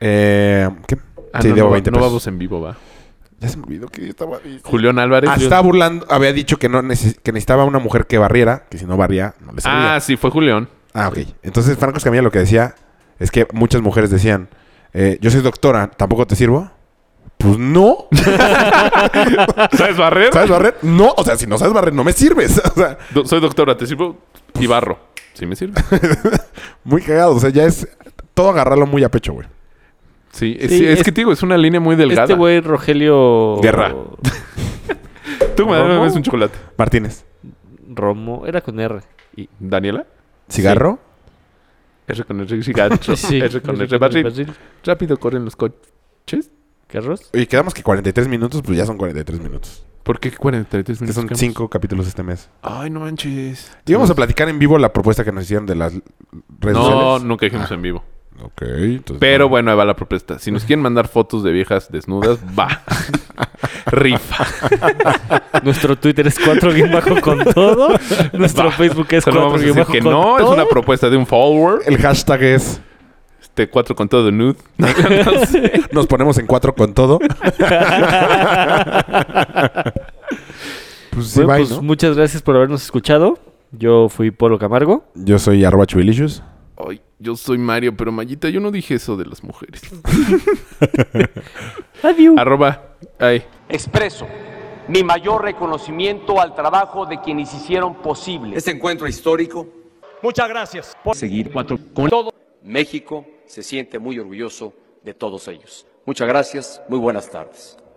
Speaker 4: Eh, ¿Qué?
Speaker 5: Ah,
Speaker 4: sí,
Speaker 5: no,
Speaker 4: debo
Speaker 5: no,
Speaker 4: 20
Speaker 5: no
Speaker 4: pesos.
Speaker 5: vamos en vivo, va.
Speaker 4: Ya se me olvidó que yo estaba... diciendo.
Speaker 5: Julián Álvarez.
Speaker 4: Ah, estaba burlando. Había dicho que no neces- que necesitaba una mujer que barriera, que si no barría, no le servía.
Speaker 5: ah, sí, fue Julián.
Speaker 4: Ah, ok. Entonces, Franco Escamilla lo que decía es que muchas mujeres decían, eh, yo soy doctora, ¿tampoco te sirvo? Pues no.
Speaker 5: ¿Sabes barrer?
Speaker 4: ¿Sabes barrer? No. O sea, si no sabes barrer, no me sirves. O sea,
Speaker 5: Do- soy doctora, te sirvo y barro. Sí me sirve.
Speaker 4: muy cagado. O sea, ya es todo agarrarlo muy a pecho, güey.
Speaker 5: Sí, es,
Speaker 1: Sí,
Speaker 5: es
Speaker 1: es-
Speaker 5: que te digo, es una línea muy delgada.
Speaker 1: Este güey Rogelio...
Speaker 4: Guerra.
Speaker 5: Tú me
Speaker 1: ¿Romo?
Speaker 5: das un chocolate.
Speaker 4: Martínez.
Speaker 1: Romo. Era con R. Y...
Speaker 5: ¿Daniela?
Speaker 4: ¿Cigarro?
Speaker 5: R con R, cigarro.
Speaker 1: Sí,
Speaker 5: R con
Speaker 1: R
Speaker 5: R, barril. Rápido corren los coches.
Speaker 1: ¿Carros?
Speaker 4: Oye, quedamos que 43 minutos, pues ya son 43 minutos.
Speaker 5: ¿Por qué 43
Speaker 4: Pues Que
Speaker 5: minutos?
Speaker 4: son
Speaker 5: quedamos?
Speaker 4: 5 capítulos este mes.
Speaker 5: Ay, no manches.
Speaker 4: Íbamos a platicar en vivo la propuesta que nos hicieron de las redes
Speaker 5: No,
Speaker 4: sociales.
Speaker 5: nunca dijimos en vivo.
Speaker 4: Ok. entonces-
Speaker 5: Pero bueno, ahí va la propuesta. Si nos quieren mandar fotos de viejas desnudas, va. Rifa.
Speaker 1: Nuestro Twitter es 4 guión bajo con todo. Nuestro
Speaker 5: Va.
Speaker 1: Facebook es 4
Speaker 5: Solo vamos a
Speaker 1: guión
Speaker 5: decir
Speaker 1: bajo
Speaker 5: que
Speaker 1: con
Speaker 5: no,
Speaker 1: todo.
Speaker 5: es una propuesta de un follower.
Speaker 4: El hashtag es
Speaker 5: Este 4 con todo nude. No sé.
Speaker 4: nos ponemos en cuatro con todo. pues sí,
Speaker 1: Bueno,
Speaker 4: bye,
Speaker 1: pues,
Speaker 4: ¿no?
Speaker 1: muchas gracias por habernos escuchado. Yo fui Polo Camargo.
Speaker 4: Yo soy arroba chubilicious.
Speaker 5: Ay, yo soy Mario, pero Mayita, yo no dije eso de las mujeres.
Speaker 1: Adiós.
Speaker 5: Arroba. Ay.
Speaker 6: Expreso mi mayor reconocimiento al trabajo de quienes hicieron posible
Speaker 7: Este encuentro histórico
Speaker 2: Muchas gracias.
Speaker 7: seguir con todo. México se siente muy orgulloso de todos ellos. Muchas gracias, muy buenas tardes.